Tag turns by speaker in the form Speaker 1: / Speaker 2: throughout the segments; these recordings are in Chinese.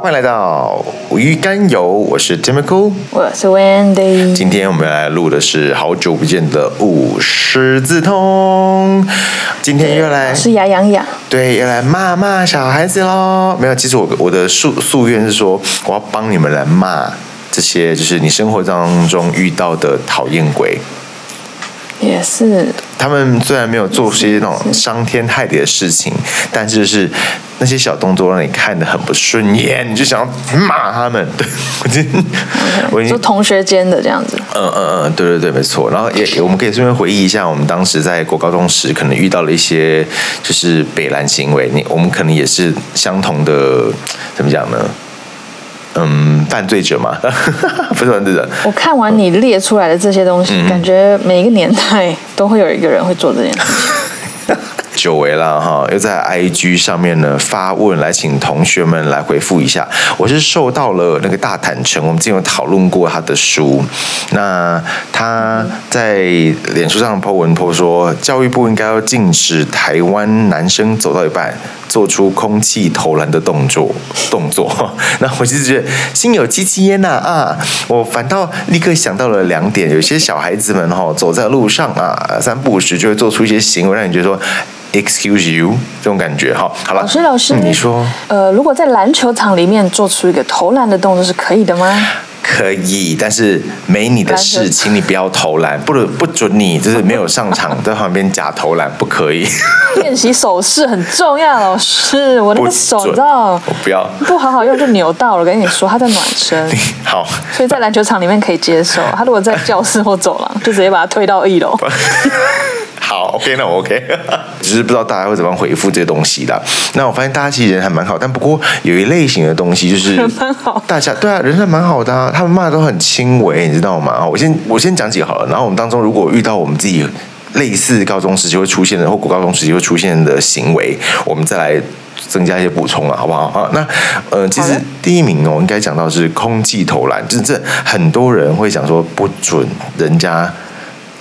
Speaker 1: 欢迎来到鱼肝油，我是 Timiko。
Speaker 2: 我是 Wendy，
Speaker 1: 今天我们来录的是好久不见的五十字通，今天又来
Speaker 2: 我是牙痒痒，
Speaker 1: 对，要来骂骂小孩子喽。没有，其实我我的夙夙愿是说，我要帮你们来骂这些，就是你生活当中遇到的讨厌鬼。
Speaker 2: 也是
Speaker 1: 他们虽然没有做些那种伤天害理的事情，但是就是那些小动作让你看得很不顺眼，你就想要骂他们。对我今天我已经
Speaker 2: 就同学间的这样子，
Speaker 1: 嗯嗯嗯，对对对，没错。然后也也我们可以顺便回忆一下，我们当时在国高中时可能遇到了一些就是北兰行为，你我们可能也是相同的，怎么讲呢？嗯，犯罪者嘛， 不是犯罪者，
Speaker 2: 我看完你列出来的这些东西，
Speaker 1: 嗯
Speaker 2: 感觉每一个年代都会有一个人会做这件事 情。
Speaker 1: 久违了哈，又在 IG 上面呢发问，来请同学们来回复一下。我是受到了那个大坦诚，我们之前有讨论过他的书，那他在脸书上 po 文 po 说，教育部应该要禁止台湾男生走到一半做出空气投篮的动作动作。 那我就是觉得心有戚戚焉呐啊，我反倒立刻想到了两点，有些小孩子们哈、走在路上啊，三不五时就会做出一些行为，让你觉得说。Excuse you，这种感觉哈。好了，
Speaker 2: 老师，老师，
Speaker 1: 嗯你说，
Speaker 2: 呃，如果在篮球场里面做出一个投篮的动作是可以 的吗？
Speaker 1: 可以，但是没你的事，
Speaker 2: 篮球
Speaker 1: 请你不要投篮，不能不准你就是没有上场在旁边假投篮，不可 以，
Speaker 2: 练习手势很重要，老师，我那
Speaker 1: 不
Speaker 2: 个
Speaker 1: 准，
Speaker 2: 手你知道
Speaker 1: 我不要。
Speaker 2: 不好好用就扭到了，我跟你说，他在暖身，
Speaker 1: 好，
Speaker 2: 所以在篮球场里面可以接受。他如果在教室或走廊，就直接把他推到一楼。
Speaker 1: 好，OK，那我 OK，只是不知道大家会怎么样回复这个东西的。那我发现大家其实人还蛮好，但不过有一类型的东西就是
Speaker 2: 人蛮好
Speaker 1: 大家对啊，人还蛮好的、啊，他们骂的都很轻微，你知道吗？我先我先讲几个好了，然后我们当中如果遇到我们自己类似高中时期会出现的，或国高中时期会出现的行为，我们再来。增加一些补充了，好不好啊？那呃，其
Speaker 2: 好
Speaker 1: 实
Speaker 2: 的
Speaker 1: 第一名哦，应该讲到是空气投篮，就是这很多人会讲说不准人家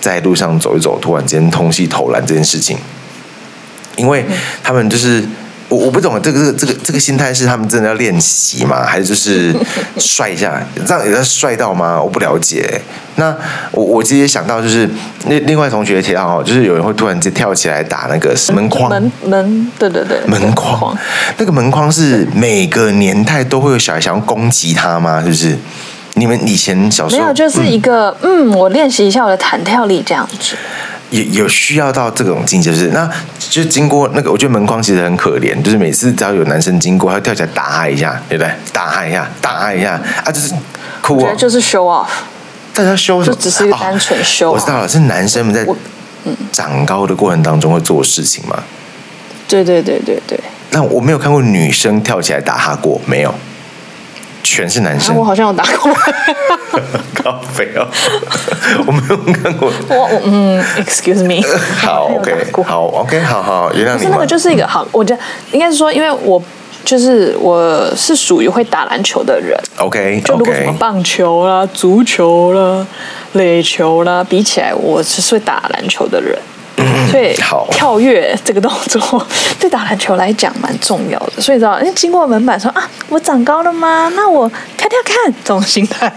Speaker 1: 在路上走一走，突然间空气投篮这件事情，因为他们就是我我不懂啊这个这个这个这个心态是他们真的要练习吗？还是就是帅一下，让人家帅到吗？我不了解。那我我直接想到就是另另外同学提到哦，就是有人会突然间跳起来打那个门框。
Speaker 2: 门门，对对对，
Speaker 1: 门框，那个门框是每个年代都会有小孩想要攻击他吗？是不是？你们以前小时
Speaker 2: 没
Speaker 1: 候
Speaker 2: 有，就是一个嗯我练习一下我的弹跳力这样子。
Speaker 1: 也有需要到这种境界，就是那就经过那个，我觉得门框其实很可怜，就是每次只要有男生经过，他跳起来打他一下，对不对？打他一下，打他一下啊，就是哭
Speaker 2: 我觉
Speaker 1: 啊
Speaker 2: 得，就是 show off，
Speaker 1: 大家羞什么？
Speaker 2: 就只是一个
Speaker 1: 哦
Speaker 2: 单纯羞啊
Speaker 1: 我知道了，是男生们在
Speaker 2: 我嗯
Speaker 1: 长高的过程当中会做事情嘛？
Speaker 2: 对对对对对。
Speaker 1: 但我没有看过女生跳起来打他过，没有，全是男
Speaker 2: 然后
Speaker 1: 生。
Speaker 2: 啊我好像有打过，
Speaker 1: 高飞哦，我没有看过。
Speaker 2: 我我嗯，excuse me，
Speaker 1: 好
Speaker 2: 我有打
Speaker 1: ，OK，
Speaker 2: 过。
Speaker 1: 好，OK，好好，原谅
Speaker 2: 可
Speaker 1: 你
Speaker 2: 是
Speaker 1: 嘛。
Speaker 2: 那个就是一个好，我觉得应该是说，因为我就是我是属于会打篮球的人，
Speaker 1: OK，
Speaker 2: 就如果什么棒球啦、足球啦、垒球啦比起来，我只是会打篮球的人。所以
Speaker 1: 好
Speaker 2: 嗯跳跃这个动作对打篮球来讲蛮重要的，所以你知道，因为经过门板说啊，我长高了吗？那我跳跳看，这种心态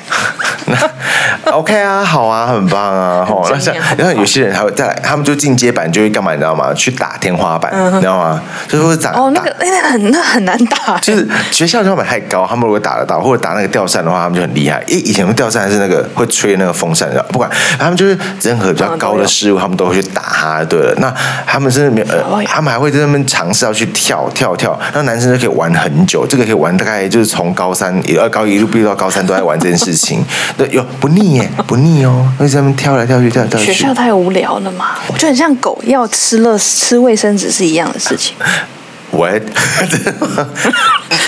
Speaker 1: 那 OK 啊，好啊，很棒啊，吼，那
Speaker 2: 很
Speaker 1: 像
Speaker 2: 正面很棒
Speaker 1: 然后有些人还会再来，他们就进阶版就会干嘛，你知道吗？去打天花板，你知道吗？就是会打
Speaker 2: 嗯哦，那
Speaker 1: 打
Speaker 2: 个那个很那很难打，
Speaker 1: 就是学校天花板太高，他们如果打得到，或者打那个吊扇的话，他们就很厉害。以以前吊扇还是那个会吹那个风扇，的，不管他们就是任何比较高的事物，他们都会去打它。对了，那他们真的没有，
Speaker 2: 哦哎
Speaker 1: 呃，他们还会在那边尝试要去跳跳跳，那男生就可以玩很久，这个可以玩大概就是从高三呃高一路毕业到高三都在玩这件事 情，对，有不腻耶，不腻哦，会在那边跳来跳去跳来跳
Speaker 2: 学
Speaker 1: 去
Speaker 2: 校。太无聊了嘛，我觉得很像狗要吃乐吃卫生纸是一样的事情，
Speaker 1: 喂，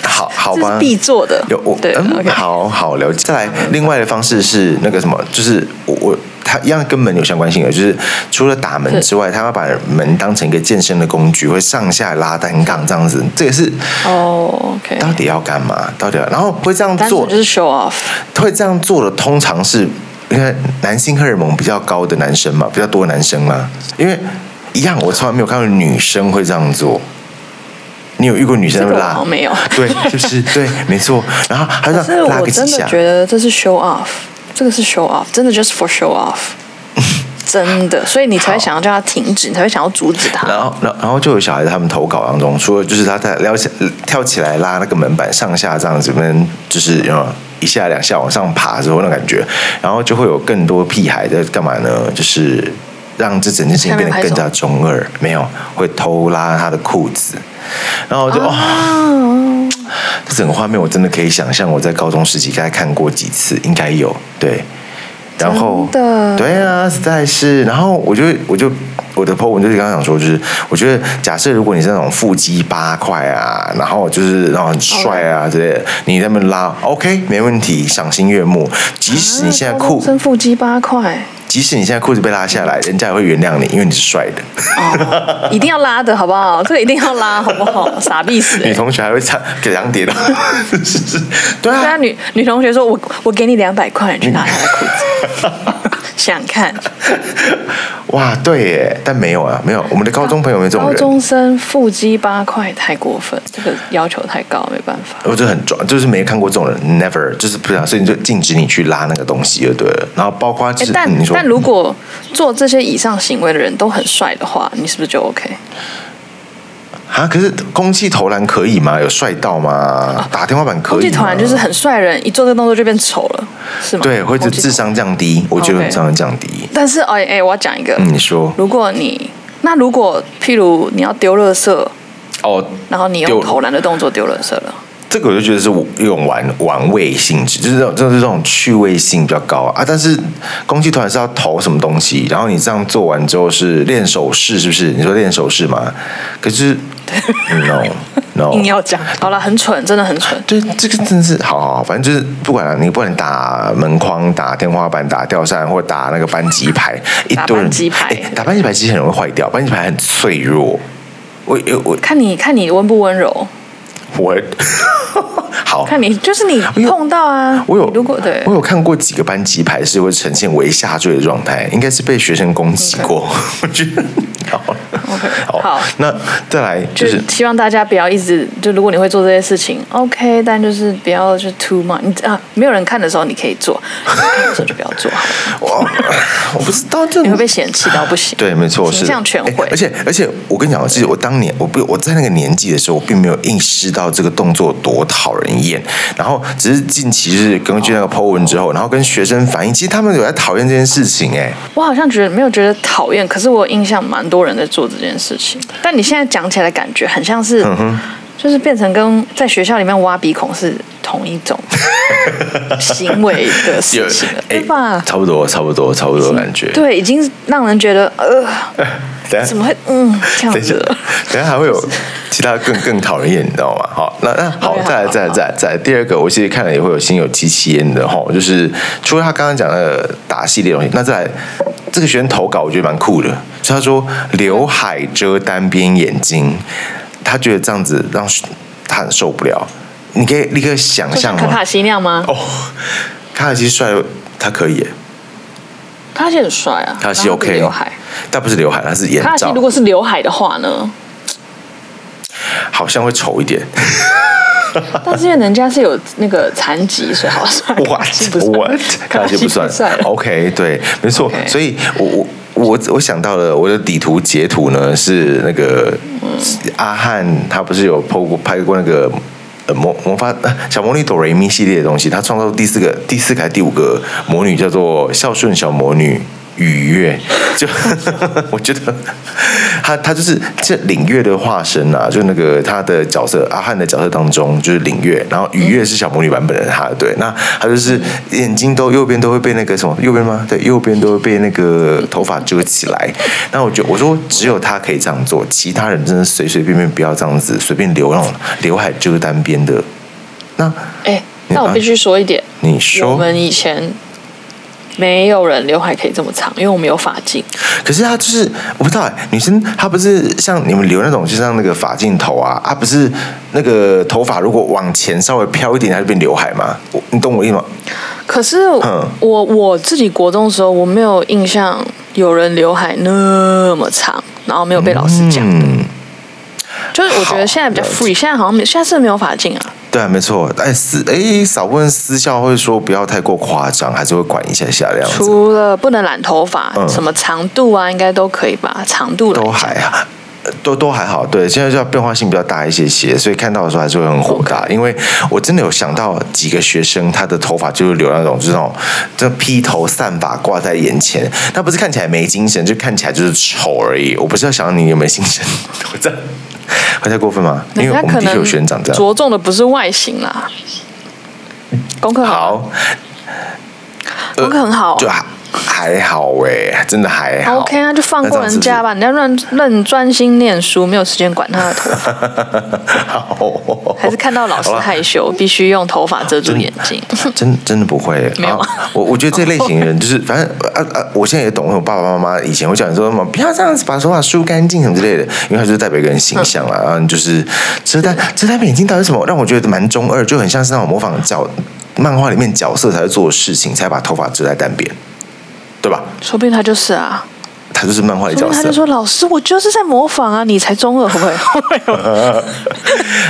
Speaker 1: 好好
Speaker 2: 这
Speaker 1: 吧
Speaker 2: 是，必做的。
Speaker 1: 有我
Speaker 2: 对
Speaker 1: 嗯，
Speaker 2: ，OK，
Speaker 1: 好好了解。再来，另外的方式是那个什么，就是我我它一样跟门有相关性的，就是除了打门之外，他们把门当成一个健身的工具，会上下拉单杠这样子，这也是。
Speaker 2: 哦，OK，
Speaker 1: 到底要干嘛？到底要，然后会这样
Speaker 2: 单
Speaker 1: 做
Speaker 2: 纯，就是 show off。
Speaker 1: 会这样做的通常是因为男性荷尔蒙比较高的男生嘛，比较多的男生嘛。因为一样，我从来没有看过女生会这样做。你有遇过女生
Speaker 2: 这个我
Speaker 1: 拉
Speaker 2: 好？像没有。
Speaker 1: 对，就是对，没错。然后他
Speaker 2: 可是
Speaker 1: 让拉
Speaker 2: 我
Speaker 1: 个几
Speaker 2: 真的
Speaker 1: 下，
Speaker 2: 觉得这是 show off，这个是 show off，真的 just for show off，真的，所以你才会想要叫他停止，你才会想要阻止他。
Speaker 1: 然后，然后然后就有小孩在他们投稿当中说，就是他在撩起跳起来拉那个门板上下这样子，们就是有一下两下往上爬之后那感觉，然后就会有更多屁孩在干嘛呢？就是让这整件事情变得更加中二，没有会偷拉他的裤子，然后就、哦，
Speaker 2: 啊，
Speaker 1: 这整个画面我真的可以想象，我在高中时期该看过几次，应该有对。然后，
Speaker 2: 真的
Speaker 1: 对啊，实在是。然后我就我就我的 po 文就是刚刚想说，就是我觉得假设如果你是那种腹肌八块啊，然后就是然后很帅啊之类的，你在那边拉，OK，没问题，赏心悦目。即使你现在
Speaker 2: 高
Speaker 1: 裤
Speaker 2: 中，生腹肌八块，
Speaker 1: 即使你现在裤子被拉下来，人家也会原谅你，因为你是帅的。
Speaker 2: 哦，一定要拉的好不好？这个一定要拉好不好？傻逼死、
Speaker 1: 女
Speaker 2: 欸！
Speaker 1: 同学还会唱给杨跌倒， 是哦是对
Speaker 2: 对啊，
Speaker 1: 啊，
Speaker 2: 女女同学说：“我我给你两百块，你去拿她的裤 子。”想看
Speaker 1: 哇，对耶，但没有啊，没有，我们的高中朋友没这种
Speaker 2: 高
Speaker 1: 人。
Speaker 2: 中生腹肌八块太过分，这个要求太高，没办法。
Speaker 1: 我就很装，就是没看过这种人，never，就是不想，所以你就禁止你去拉那个东西就对了。然后包括
Speaker 2: 哎
Speaker 1: 是、，
Speaker 2: 但
Speaker 1: 嗯你说，
Speaker 2: 但如果做这些以上行为的人都很帅的话，你是不是就 OK？
Speaker 1: 啊，可是空气投篮可以吗？有帅到
Speaker 2: 哦
Speaker 1: 吗？打天花板可以
Speaker 2: 空
Speaker 1: 吗？
Speaker 2: 气投篮就是很帅的人，一做这个动作就变丑了，是吗？
Speaker 1: 对，或者
Speaker 2: 空气投
Speaker 1: 智商降低，我觉得
Speaker 2: OK
Speaker 1: 智商降低。
Speaker 2: 但是哎哎，我要讲一个，
Speaker 1: 嗯，你说
Speaker 2: 如果你那如果譬如你要丢垃圾，
Speaker 1: 哦，
Speaker 2: 然后你用
Speaker 1: 丢
Speaker 2: 投篮的动作丢垃圾了，
Speaker 1: 这个我就觉得是一种玩玩味性质，就是这种就是这种趣味性比较高啊。但是空气投篮是要投什么东西，然后你这样做完之后是练手势，是不是？你说练手势吗？可是嗯 no no，
Speaker 2: 硬要讲，好了，很蠢，真的很蠢。
Speaker 1: 对，这个真的是好好好，反正就是不管了、你不管打门框、打天花板、打吊扇，或打那个扳机牌，一
Speaker 2: 打
Speaker 1: 堆人
Speaker 2: 扳机牌
Speaker 1: 哎打扳机牌其实很容易坏掉，扳机牌很脆弱。我我
Speaker 2: 看你看你温不温柔，
Speaker 1: 我 好，
Speaker 2: 看你就是你
Speaker 1: 有
Speaker 2: 碰到啊，
Speaker 1: 我有
Speaker 2: 你如果对
Speaker 1: 我有看过几个扳机牌是会呈现为下坠的状态，应该是被学生攻击过。 我觉得好
Speaker 2: OK，
Speaker 1: 好，
Speaker 2: 嗯好
Speaker 1: 那再来就
Speaker 2: 就是是希望大家不要一直就如果你会做这些事情，OK，但就是不要就 too much，你啊没有人看的时候你可以做，没人看的时候就不要做，好 了
Speaker 1: 我我不知道这
Speaker 2: 你会被嫌弃到不行。
Speaker 1: 对，没错，
Speaker 2: 形
Speaker 1: 是
Speaker 2: 象全
Speaker 1: 哎
Speaker 2: 毁
Speaker 1: 而且而且，我跟你讲，其实我当年我不我在那个年纪的时候，我并没有意识到这个动作多讨人厌。然后只是近期是根据那
Speaker 2: 哦
Speaker 1: 个 Po 文之后，然后跟学生反映，其实他们有在讨厌这件事情、哎，
Speaker 2: 我好像觉得没有觉得讨厌，可是我有印象蛮多人在做这件事情。但你现在讲起来，感觉很像
Speaker 1: 嗯
Speaker 2: 是，就是变成跟在学校里面挖鼻孔是同一 种行为的事情了，对吧？
Speaker 1: 哎差不多，差不多，差不多的感觉。
Speaker 2: 对，已经让人觉得呃，
Speaker 1: 等一下
Speaker 2: 怎么会嗯这样
Speaker 1: 哎等一 下
Speaker 2: 子了？，
Speaker 1: 等一下还会有其他更更讨人厌，你知道吗？好，那那好，
Speaker 2: OK，
Speaker 1: 再来
Speaker 2: 好
Speaker 1: 再来再来再来，第二个我其实看了也会有心有戚戚焉的哈，就是除了他刚刚讲的打系列东西，那再来这个学生投稿我觉得蛮酷的，就他说刘海遮单边眼睛，他觉得这样子让他很受不了，你可以立刻想
Speaker 2: 就
Speaker 1: 象
Speaker 2: 像卡
Speaker 1: 吗
Speaker 2: 卡？西那样吗？
Speaker 1: 哦，卡卡西帅，他可以耶，
Speaker 2: 卡卡西很帅啊，
Speaker 1: 卡卡西
Speaker 2: 然后他
Speaker 1: OK，
Speaker 2: 刘海。
Speaker 1: 但不是刘海，他是眼
Speaker 2: 卡卡西
Speaker 1: 罩
Speaker 2: 如，果是刘海的话呢？
Speaker 1: 好像会丑一点。
Speaker 2: 但是因为人家是有那个残疾，所以好帅。卡卡
Speaker 1: What
Speaker 2: 西不算
Speaker 1: What？
Speaker 2: 卡卡西
Speaker 1: 不算哦
Speaker 2: 帅。
Speaker 1: OK，对，没错。
Speaker 2: OK
Speaker 1: 所以我我我我想到了我的底图截图呢是那个、阿汉，他不是有拍过拍过那个。呃，魔魔法呃小魔女哆瑞咪系列的东西，他创造第四个、第四个还是第五个魔女叫做孝顺小魔女雨月，就我觉得他他就是这领月的化身啊，就那个他的角色阿汉的角色当中就是领月，然后雨月是小魔女版本的他，对，那他就是眼睛都右边都会被那个什么右边吗？对，右边都会被那个头发遮起来。那我觉得我说只有他可以这样做，其他人真的随随便便不要这样子，随便留那种刘海遮单边的。那
Speaker 2: 哎、那我必须说一点，
Speaker 1: 你啊说
Speaker 2: 我们以前没有人刘海可以这么长，因为我们有发髻。
Speaker 1: 可是她就是我不知道欸，女生她不是像你们留那种，就像那个发镜头啊，啊不是那个头发如果往前稍微飘一点，它就变刘海吗？我你懂我意思吗？
Speaker 2: 可是
Speaker 1: 嗯
Speaker 2: 我我自己国中的时候，我没有印象有人刘海那么长，然后没有被老师讲。
Speaker 1: 嗯，
Speaker 2: 就是我觉得现在比较
Speaker 1: 好了
Speaker 2: free，现在好像没，现在是没有法禁啊。
Speaker 1: 对啊，没错。但私哎，少部分私校会说不要太过夸张，还是会管一下下这样子，
Speaker 2: 除了不能染头发，
Speaker 1: 嗯
Speaker 2: 什么长度啊，应该都可以吧？长度来
Speaker 1: 都
Speaker 2: 讲
Speaker 1: 还好。呃都都还好，对，现在就变化性比较大一些些，所以看到的时候还是会很火大。因
Speaker 2: 嗯
Speaker 1: 为我真的有想到几个学生，他的头发就是留那种这种这披头散发挂在眼前，那不是看起来没精神，就看起来就是丑而已。我不是要想你有没有精神，我这样会太过分 吗？因为
Speaker 2: 人家
Speaker 1: 我们
Speaker 2: 可
Speaker 1: 的确
Speaker 2: 能
Speaker 1: 有学生长这样。
Speaker 2: 着重的不是外形啦。功课好，
Speaker 1: 好，呃
Speaker 2: 功课很好
Speaker 1: 就还还好哎、真的还好。
Speaker 2: ，OK 啊，就放过人家
Speaker 1: 吧。
Speaker 2: 吧，人家乱乱专心念书，没有时间管他的头 发，
Speaker 1: 好哦，
Speaker 2: 还是看到老师
Speaker 1: 好啦
Speaker 2: 害羞，必须用头发遮住眼睛。
Speaker 1: 真真的不会，
Speaker 2: 没有
Speaker 1: 啊我我觉得这类型的人 就是，反正啊啊，我现在也懂，我爸爸妈妈以前会叫你说什么，不要这样子把头发梳干净什么之类的，因为它就是代表一个人形象 啦。然后你就是遮戴遮戴眼镜到底是什么，让我觉得蛮中二，就很像是那种模仿角漫画里面角色才会做的事情，才把头发遮在单边，对吧？
Speaker 2: 说不定他就是啊，
Speaker 1: 他就是漫画里
Speaker 2: 说
Speaker 1: 角
Speaker 2: 不定他
Speaker 1: 色
Speaker 2: 就。说老师，我就是在模仿啊，你才中二，会 不会？会不会有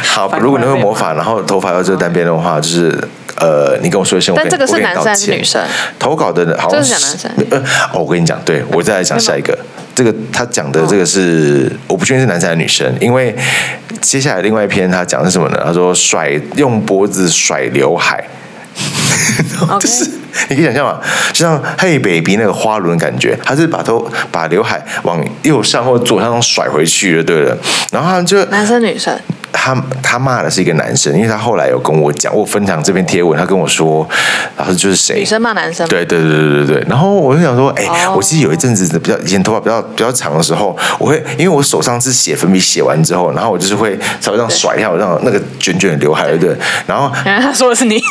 Speaker 1: 好
Speaker 2: 反，
Speaker 1: 如果你
Speaker 2: 过
Speaker 1: 会
Speaker 2: 来
Speaker 1: 模仿，然后头发要遮单边的话，就是呃，你跟我说一声，我
Speaker 2: 但
Speaker 1: 跟
Speaker 2: 这个
Speaker 1: 我跟
Speaker 2: 是
Speaker 1: 你
Speaker 2: 男生
Speaker 1: 道
Speaker 2: 还是
Speaker 1: 歉
Speaker 2: 女生？
Speaker 1: 投稿的人好像
Speaker 2: 这是讲男
Speaker 1: 呃，哦，我跟你讲，对我再来讲下一个。这个他讲
Speaker 2: 哦
Speaker 1: 的这个是、我不确定是男生还是女生，因为接下来另外一篇他讲的是什么呢？他说甩用脖子甩刘海，
Speaker 2: OK，
Speaker 1: 你可以想象嘛，就像 Hey Baby 那个花轮的感觉，他是把头把刘海往右上或左上甩回去就对了。然后他就
Speaker 2: 男生女生，
Speaker 1: 他他骂的是一个男生，因为他后来有跟我讲，我分享这篇贴文，他跟我说，老师就是谁
Speaker 2: 女，生骂男生，
Speaker 1: 对对对对对对。然后我就想说，哎、
Speaker 2: 哦
Speaker 1: 我其实有一阵子比较以前头发比较比较长的时候，我会因为我手上是写粉笔写完之后，然后我就是会稍微这样甩一下我让那个卷卷的刘海，对不对？然后
Speaker 2: 原来他说的是你，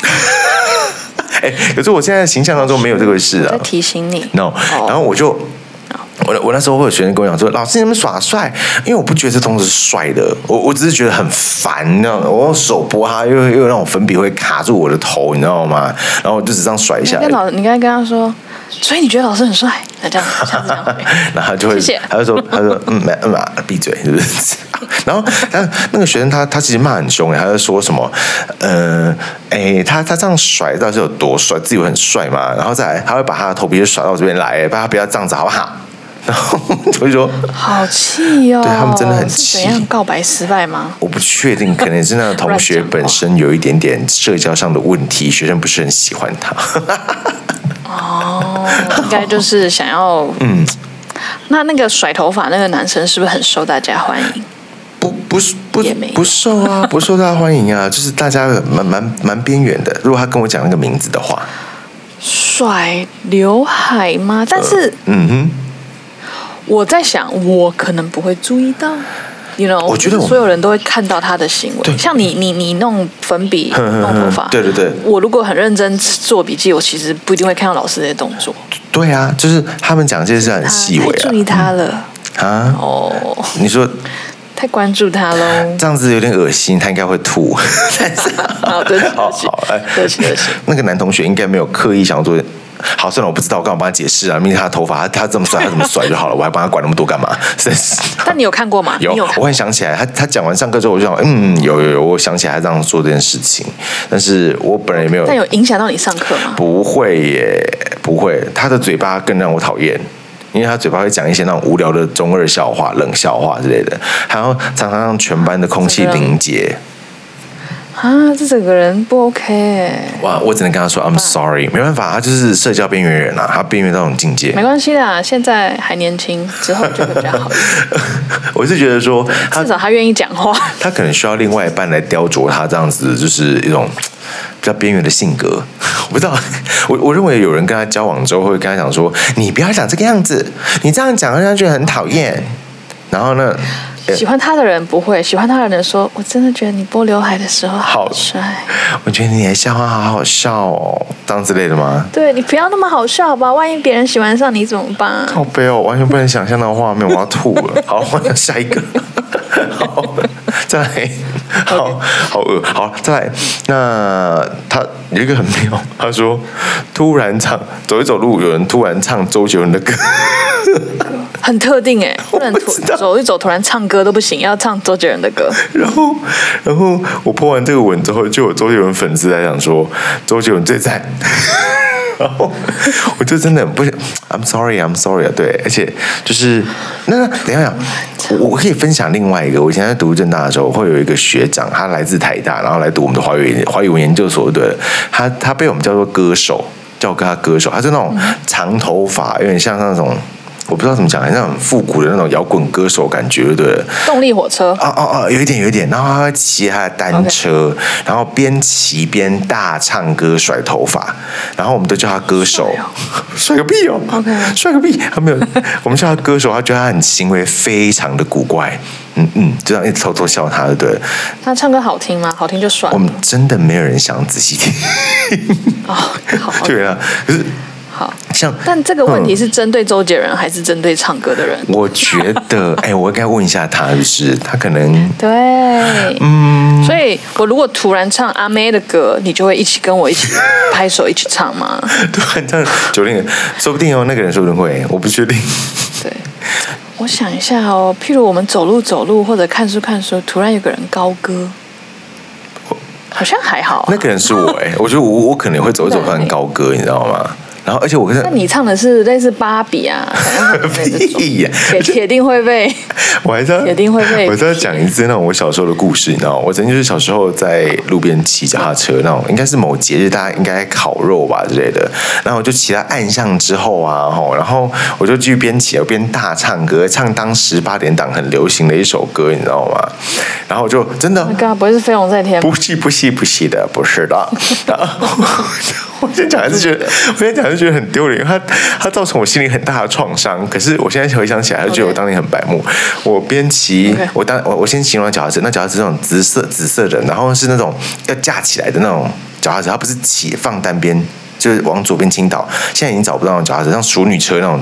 Speaker 1: 哎、可是我现在形象当中没有这回事啊
Speaker 2: 在。提醒你。
Speaker 1: no，
Speaker 2: 哦
Speaker 1: 然后我就。我我那时候会有学生跟我讲说，老师你们耍帅，因为我不觉得这东西是帅的，我我只是觉得很烦，那样我用手拨它，又又有那种粉笔会卡住我的头，你知道吗？然后我就只这样甩一
Speaker 2: 你
Speaker 1: 下，
Speaker 2: 跟老，你刚才跟他说，所以你觉得老师很帅？那这样，下次这样回
Speaker 1: 然后他就会，
Speaker 2: 谢谢
Speaker 1: 他就说，他就说，嗯，没，嗯，啊闭嘴， 是不是？然后他那个学生他他其实骂很凶哎，他就说什么，呃，哎，他他这样甩到底是有多帅，自以为很帅嘛，然后再来他会把他的头皮就甩到我这边来，哎，大家不要这样子好不好？ 然后我就说，
Speaker 2: 好气哦！
Speaker 1: 对他们真的很
Speaker 2: 是
Speaker 1: 气
Speaker 2: 怎样告白失败吗？
Speaker 1: 我不确定，可能也是那个同学本身有一点点社交上的问题，学生不是很喜欢他。
Speaker 2: 哦，应该就是想要嗯。那那个甩头发那个男生是不是很受大家欢迎？
Speaker 1: 不不是不
Speaker 2: 也没有
Speaker 1: 不受啊，不受大家欢迎啊，就是大家蛮蛮蛮边缘的。如果他跟我讲那个名字的话，
Speaker 2: 甩刘海吗？但是
Speaker 1: 嗯哼。
Speaker 2: 我在想，我可能不会注意到。You know，
Speaker 1: 我觉得我
Speaker 2: 不是所有人都会看到他的行为。像你，你，你弄 粉笔、弄头发，
Speaker 1: 对对对
Speaker 2: 我如果很认真做笔记，我其实不一定会看到老师这些动作。
Speaker 1: 对啊，就是他们讲这些事很
Speaker 2: 啊
Speaker 1: 细微
Speaker 2: 太注意他了，
Speaker 1: 啊啊！
Speaker 2: 哦，
Speaker 1: 你说
Speaker 2: 太关注 他喽。
Speaker 1: 这样子有点恶心，他应该会 吐。但是
Speaker 2: 好，对不起，对
Speaker 1: 好
Speaker 2: 不起
Speaker 1: 好，哎，
Speaker 2: 对不起，对 不起。
Speaker 1: 那个男同学应该没有刻意想要做。好，算了，我不知道，我干嘛帮他解释啊？因为他的头发，他他这么甩，他怎么甩就好了，我还帮他管那么多干嘛？ 真是。
Speaker 2: 但你有看过吗？
Speaker 1: 有
Speaker 2: 你有看，
Speaker 1: 我很想起来，他他讲完上课之后，我就想，嗯，有有有，我想起来他这样做这件事情，但是我本人也没有，
Speaker 2: 但有影响到你上课吗？
Speaker 1: 不会耶，不会，他的嘴巴更让我讨厌。因为他嘴巴会讲一些那种无聊的中二笑话、冷笑话之类的，然后常常让全班的空气凝结。
Speaker 2: 啊，这整个人不 OK 哎。
Speaker 1: 哇，我只能跟他说 I'm sorry，没办法，他就是社交边缘人啊，他边缘到那种境界
Speaker 2: 没。关系啦，现在还年轻，之后就会比较好一点。
Speaker 1: 我是觉得说 他
Speaker 2: 至少他愿意讲话。
Speaker 1: 他可能需要另外一半来雕琢他这样子，就是一种比较边缘的性格。 我不知道，我我认为有人跟他交往之后会跟他讲说：“你不要讲这个样子，你这样讲让人家觉得很讨厌。”然后呢，呃
Speaker 2: 喜欢他的人不会，喜欢他的人说，我真的觉得你拨刘海的时候
Speaker 1: 好
Speaker 2: 好帅。
Speaker 1: 我觉得你的笑话好好笑哦，这样之类的吗？
Speaker 2: 对你不要那么好笑好吧，万一别人喜欢上你怎么 办？
Speaker 1: 好悲哦，完全不能想象那个画面，我要吐了。好，换到下一个。好，再来，好好恶，好再来。那他有一个很妙，他说突然唱走一走路，有人突然唱周杰伦的歌，
Speaker 2: 很特定哎，不能
Speaker 1: 我不知道
Speaker 2: 突走一走突然唱歌都不行，要唱周杰伦的歌。
Speaker 1: 然后，然后我破完这个文之后，就有周杰伦粉丝在讲说周杰伦最赞。 然后我就真的很不想，I'm sorry，I'm sorry 啊，对，而且就是那等一下，我我可以分享另外一个，我以前在读正大的时候，会有一个学长，他来自台大，然后来读我们的华语华语文研究所的，他他被我们叫做歌手，叫他歌手，他是那种长头发，有点像那种我不知道怎么讲，很像很复古的那种摇滚歌手感觉，对不对？
Speaker 2: 动力火车，
Speaker 1: 哦哦哦，有一点有一点，然后他会骑他的单车然后边骑边大唱歌甩头发，然后我们都叫他歌手，甩个屁哦
Speaker 2: OK
Speaker 1: 甩个屁，他没有， 我们叫他歌手，他觉得他很行为非常的古怪，嗯嗯，就这样一直偷偷笑他，对不对？
Speaker 2: 他唱歌好听吗？好听就算
Speaker 1: 我
Speaker 2: 了
Speaker 1: 们。真的没有人想仔细 听，
Speaker 2: 哦，好，
Speaker 1: 对啊，可是
Speaker 2: 好。
Speaker 1: 像
Speaker 2: 但这个问题是针对周杰伦还是针对唱歌的人？
Speaker 1: 我觉 得，哎、我应该问一下他，就是他可能
Speaker 2: 对，嗯，所以我如果突然唱阿妹的歌，你就会一起跟我一起拍手一起唱吗？
Speaker 1: 突然这样九零人，说不定哦，那个人说不定会，我不确定。
Speaker 2: 对，我想一下哦，譬如我们走路走路或者看书看书，突然有个人高歌，好像还好、啊
Speaker 1: 那。个人是我哎、 我觉得我我可能会走一走突然高歌，你知道吗？然后而且我跟
Speaker 2: 那 你唱的是类似芭比啊，反正很这种
Speaker 1: 屁呀
Speaker 2: 铁铁定会被。Oh
Speaker 1: 我还是要
Speaker 2: 铁定会被
Speaker 1: 我是要讲一次那种我小时候的故事，你知道吗？我曾经就是小时候在路边骑脚踏车，那种应该是某节日，大家应该烤肉吧之类的。然后我就骑到暗巷之后啊，吼，然后我就继续边骑我边大唱歌，唱当时八点档很流行的一首歌，你知道吗？然后我就真的
Speaker 2: 那刚不会是飞龙在天吧？
Speaker 1: 不是不是不是的，不是的。然后我现在讲还是觉得，我现在讲还是觉得很丢脸，他他造成我心里很大的创伤。可是我现在回想起来，就觉得我
Speaker 2: OK
Speaker 1: 当年很白目。我边骑
Speaker 2: OK
Speaker 1: 我当我我先形容脚踏车，那脚踏车是那种紫色紫色的，然后是那种要架起来的那种脚踏车，它不是起放单边，就是往左边倾倒。现在已经找不到那种脚踏车，像熟女车那种。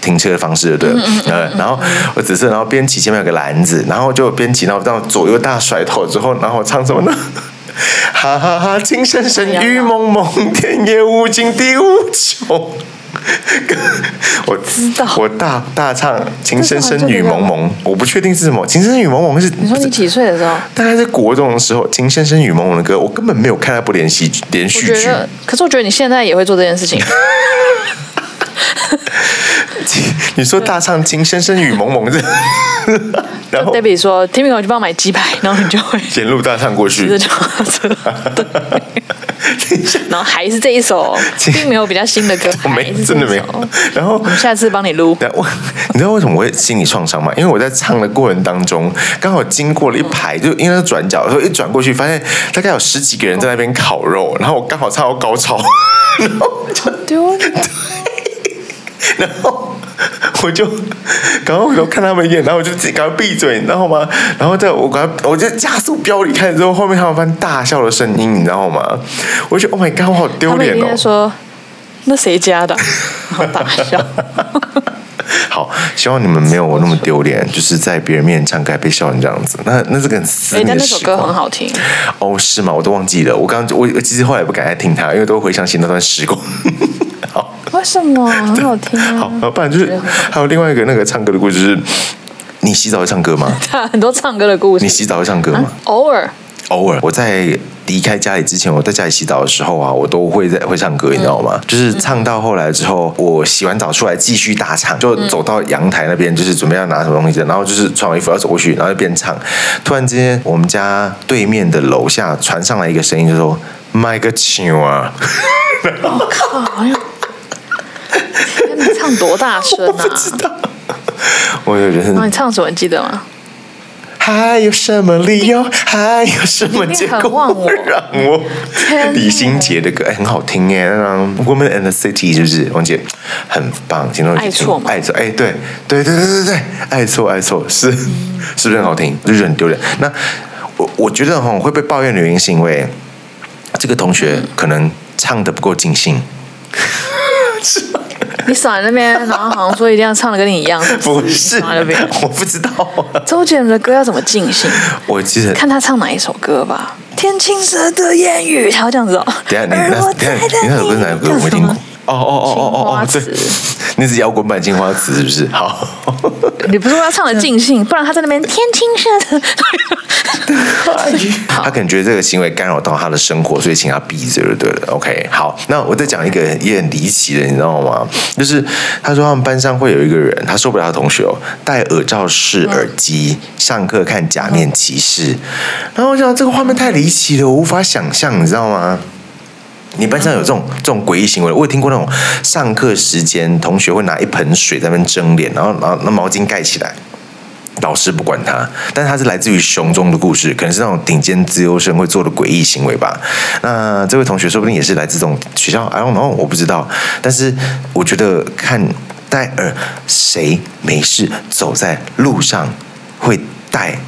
Speaker 1: 停车的方式，
Speaker 2: 嗯
Speaker 1: 对不对，呃，然后我紫色，然后边骑前面有个篮子，然后就边骑，然后这样左右大甩头之后，然后我唱什么呢？ 哈哈哈，情深
Speaker 2: 哎
Speaker 1: 深雨蒙蒙，天也无尽地无穷。 我知
Speaker 2: 道
Speaker 1: 我大大唱《情深深雨蒙蒙》，我不确定是什么，《情深深雨蒙蒙》是
Speaker 2: 你说你几岁的时候？
Speaker 1: 大概在国中的时候，《情深深雨蒙蒙》的歌，我根本没有看它不连续连
Speaker 2: 我
Speaker 1: 续
Speaker 2: 觉
Speaker 1: 剧。
Speaker 2: 得，可是我觉得你现在也会做这件事情。
Speaker 1: 哦你说大唱《情深深雨蒙蒙》这， 然后
Speaker 2: Debbie 说 t i m i 我去帮我买鸡排，然后你就会
Speaker 1: 沿路大唱过
Speaker 2: 就是
Speaker 1: 去。
Speaker 2: 这样子。
Speaker 1: 等一下，
Speaker 2: 然后还是这一 首，并没有比较新的歌，
Speaker 1: 我
Speaker 2: 还
Speaker 1: 没
Speaker 2: 是这
Speaker 1: 真
Speaker 2: 一
Speaker 1: 的没有
Speaker 2: 首。
Speaker 1: 然后
Speaker 2: 我们下次帮你录。
Speaker 1: 但我你知道为什么我会心理创伤吗？因为我在唱的过程当中，刚好经过了一排，就因为它转角，然后一转过去，发现大概有十几个人在那边烤肉，然后我刚好唱到高潮，然后就
Speaker 2: 丢脸，
Speaker 1: 哦然后 我就赶快回头看他们一眼，然后我就自己赶快闭嘴，你知道吗？然后在我赶快我就加速飙离开之后，后面他们发出大笑的声音，你知道吗？我就觉得 Oh my God，我好
Speaker 2: 他
Speaker 1: 丢
Speaker 2: 们一
Speaker 1: 脸
Speaker 2: 定
Speaker 1: 哦
Speaker 2: 在！说那谁家 的，然后大笑。
Speaker 1: 好，希望你们没有我那么丢脸，就是在别人面前唱歌还被笑成这样子。那那是个很私
Speaker 2: 哎，
Speaker 1: 密
Speaker 2: 但
Speaker 1: 的
Speaker 2: 那首
Speaker 1: 时
Speaker 2: 歌
Speaker 1: 光
Speaker 2: 很。好听，
Speaker 1: 哦，是吗？我都忘记了。我刚我我其实后来不敢再听它，因为都会回想起那段时光。
Speaker 2: 嗯
Speaker 1: 好，
Speaker 2: 为什么很好听
Speaker 1: 好，
Speaker 2: 啊？
Speaker 1: 然后不然就是还有另外一个那个唱歌的故事，就是你洗澡会唱歌吗？
Speaker 2: 他很多唱歌的故
Speaker 1: 你
Speaker 2: 事，
Speaker 1: 洗澡会唱歌吗？
Speaker 2: 偶尔
Speaker 1: 偶尔我在离开家里之前，我在家里洗澡的时候啊，我都会在会唱歌，你知道吗？就是唱到后来之后，我洗完澡出来继续大唱，就走到阳台那边，就是准备要拿什么东西的，然后就是穿完衣服要走过去，然后就边唱。突然之间，我们家对面的楼下传上来一个声音，就说：“卖个球啊！”
Speaker 2: 好像。天哦哎你唱多大声 啊？
Speaker 1: 我有人
Speaker 2: 然后
Speaker 1: 生
Speaker 2: 你唱什么？你记得吗？
Speaker 1: 还有什么理由？还有什么结
Speaker 2: 你很忘
Speaker 1: 果
Speaker 2: 我
Speaker 1: 让我
Speaker 2: 天哪
Speaker 1: 李心洁的歌、哎很好听哎，那《Woman and the City》是不是？王姐很棒，请动
Speaker 2: 爱错吗
Speaker 1: 爱错，哎，对对对对对对，爱错爱错是、是不是很好听？就是很丢脸。那我我觉得哈会被抱怨的原因是因为这个同学
Speaker 2: 嗯
Speaker 1: 可能唱的不够尽兴。
Speaker 2: 你少在那边，然后好像说一定要唱的跟你一样，
Speaker 1: 不是，
Speaker 2: 少在那边。
Speaker 1: 我不 知道。
Speaker 2: 周杰伦的歌要怎么尽兴？
Speaker 1: 我其实
Speaker 2: 看他唱哪一首歌吧。天青色的烟雨，还要这样子哦。
Speaker 1: 等一下，你那
Speaker 2: 而我
Speaker 1: 等
Speaker 2: 在
Speaker 1: 一下你那首歌是哪首歌？
Speaker 2: 等
Speaker 1: 我
Speaker 2: 你
Speaker 1: 没听过
Speaker 2: 这样子吗。
Speaker 1: 哦哦哦哦哦
Speaker 2: 青花
Speaker 1: 哦，对
Speaker 2: 瓷，
Speaker 1: 那是摇滚版青花瓷是不是？好，
Speaker 2: 你不是说要唱的尽兴，不然他在那边天青色的。
Speaker 1: 他可能觉得这个行为干扰到他的生活，所以请他闭嘴就对了。OK，好，那我再讲一个也很离奇的，你知道吗？就是他说他们班上会有一个人，他受不了他同学哦，戴耳罩式耳机、上课看《假面骑士》，然后我想这个画面太离奇了，我无法想象，你知道吗？你班上有这种这种诡异行为，我有听过那种上课时间，同学会拿一盆水在那边蒸脸，然后然后拿毛巾盖起来，老师不管他，但是他是来自于熊中的故事，可能是那种顶尖资优生会做的诡异行为吧。那这位同学说不定也是来自这种学校，I don't know，我不知道。但是我觉得看戴耳，谁没事走在路上会戴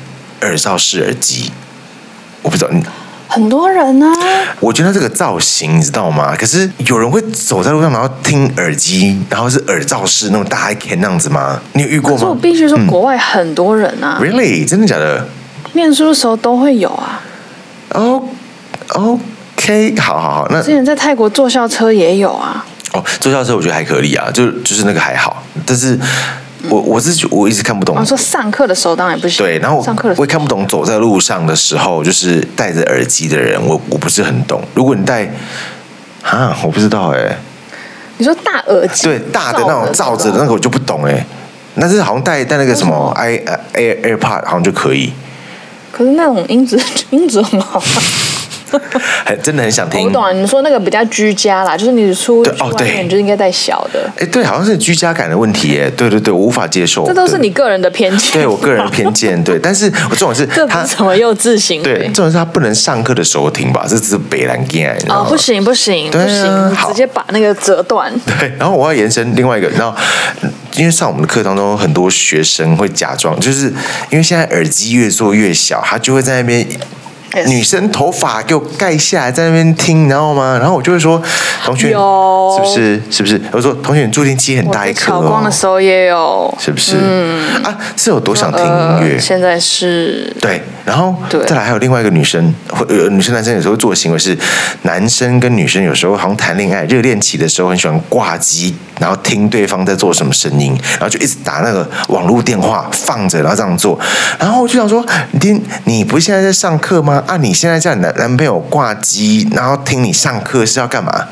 Speaker 1: 耳罩式耳机？我不知道，你
Speaker 2: 很多人呢、啊，
Speaker 1: 我觉得这个造型你知道吗？可是有人会走在路上，然后听耳机，然后是耳罩式那种大 can 那样子吗？你有遇过
Speaker 2: 可是我
Speaker 1: 吗
Speaker 2: 必须说，国外很多人啊，
Speaker 1: 嗯？Really？真的假的？
Speaker 2: 念书的时候都会有啊。
Speaker 1: 哦，OK，好好好，那
Speaker 2: 之前在泰国坐校车也有啊，
Speaker 1: 哦，坐校车我觉得还可以啊，就就是那个还好，但是我我是觉我一直看不懂
Speaker 2: 我、。说上课的时候当然不行，
Speaker 1: 嗯对，然后
Speaker 2: 哦上
Speaker 1: 我
Speaker 2: 课的时
Speaker 1: 我也
Speaker 2: 候
Speaker 1: 看不懂走在路上的时候，就是戴着耳机的人，我我不是很懂。如果你戴啊，我不知道哎、
Speaker 2: 你说大耳机，
Speaker 1: 对，大的那种罩子的那个我就不懂哎、但是好像戴戴那个什么 i 呃 air airpod 好像就可 以，
Speaker 2: 可是那种音质 音质很好啊、
Speaker 1: 很真的很想
Speaker 2: 我
Speaker 1: 听
Speaker 2: 不。懂啊，你说那个比较居家啦，就是你出
Speaker 1: 对
Speaker 2: 去
Speaker 1: 哦
Speaker 2: 外
Speaker 1: 对
Speaker 2: 面，你就应该带小的，
Speaker 1: 哎，对，好像是居家感的问题耶、对对对，我无法接受。
Speaker 2: 这都是
Speaker 1: 对
Speaker 2: 你个人的偏见。
Speaker 1: 哦对我个人的偏见，对，但是我重点是
Speaker 2: 这不
Speaker 1: 他
Speaker 2: 是什么幼稚行
Speaker 1: 对，
Speaker 2: 为
Speaker 1: 重。点是他不能上课的时候听吧，这只是北兰干，你知道
Speaker 2: 哦，
Speaker 1: 吗
Speaker 2: 不行不行不
Speaker 1: 呃对啊
Speaker 2: 行，你
Speaker 1: 好
Speaker 2: 直接把那个折断。
Speaker 1: 对，然后我要延伸另外一个，然后因为上我们的课当中，很多学生会假装，就是因为现在耳机越做越小，他就会在那边。
Speaker 2: Yes
Speaker 1: 女生头发给我盖下来，在那边听，你知道吗？然后我就会说，同学，
Speaker 2: 有
Speaker 1: 是不是？是不是？我说，同学，你注定机很
Speaker 2: 我
Speaker 1: 大一
Speaker 2: 在
Speaker 1: 颗
Speaker 2: 巧
Speaker 1: 哦
Speaker 2: 光的，时候也有，
Speaker 1: 是不是？啊，是有多想听音乐？
Speaker 2: 呃，现在是
Speaker 1: 对，然后
Speaker 2: 对
Speaker 1: 再来还有另外一个女生，会呃女生男生有时候做的行为是，男生跟女生有时候好像谈恋爱热恋期的时候很喜欢挂机，然后听对方在做什么声音，然后就一直打那个网络电话放着，然后这样做，然后我就想说，你你不是现在在上课吗？啊，你现在叫你男男朋友挂机，然后听你上课是要干嘛？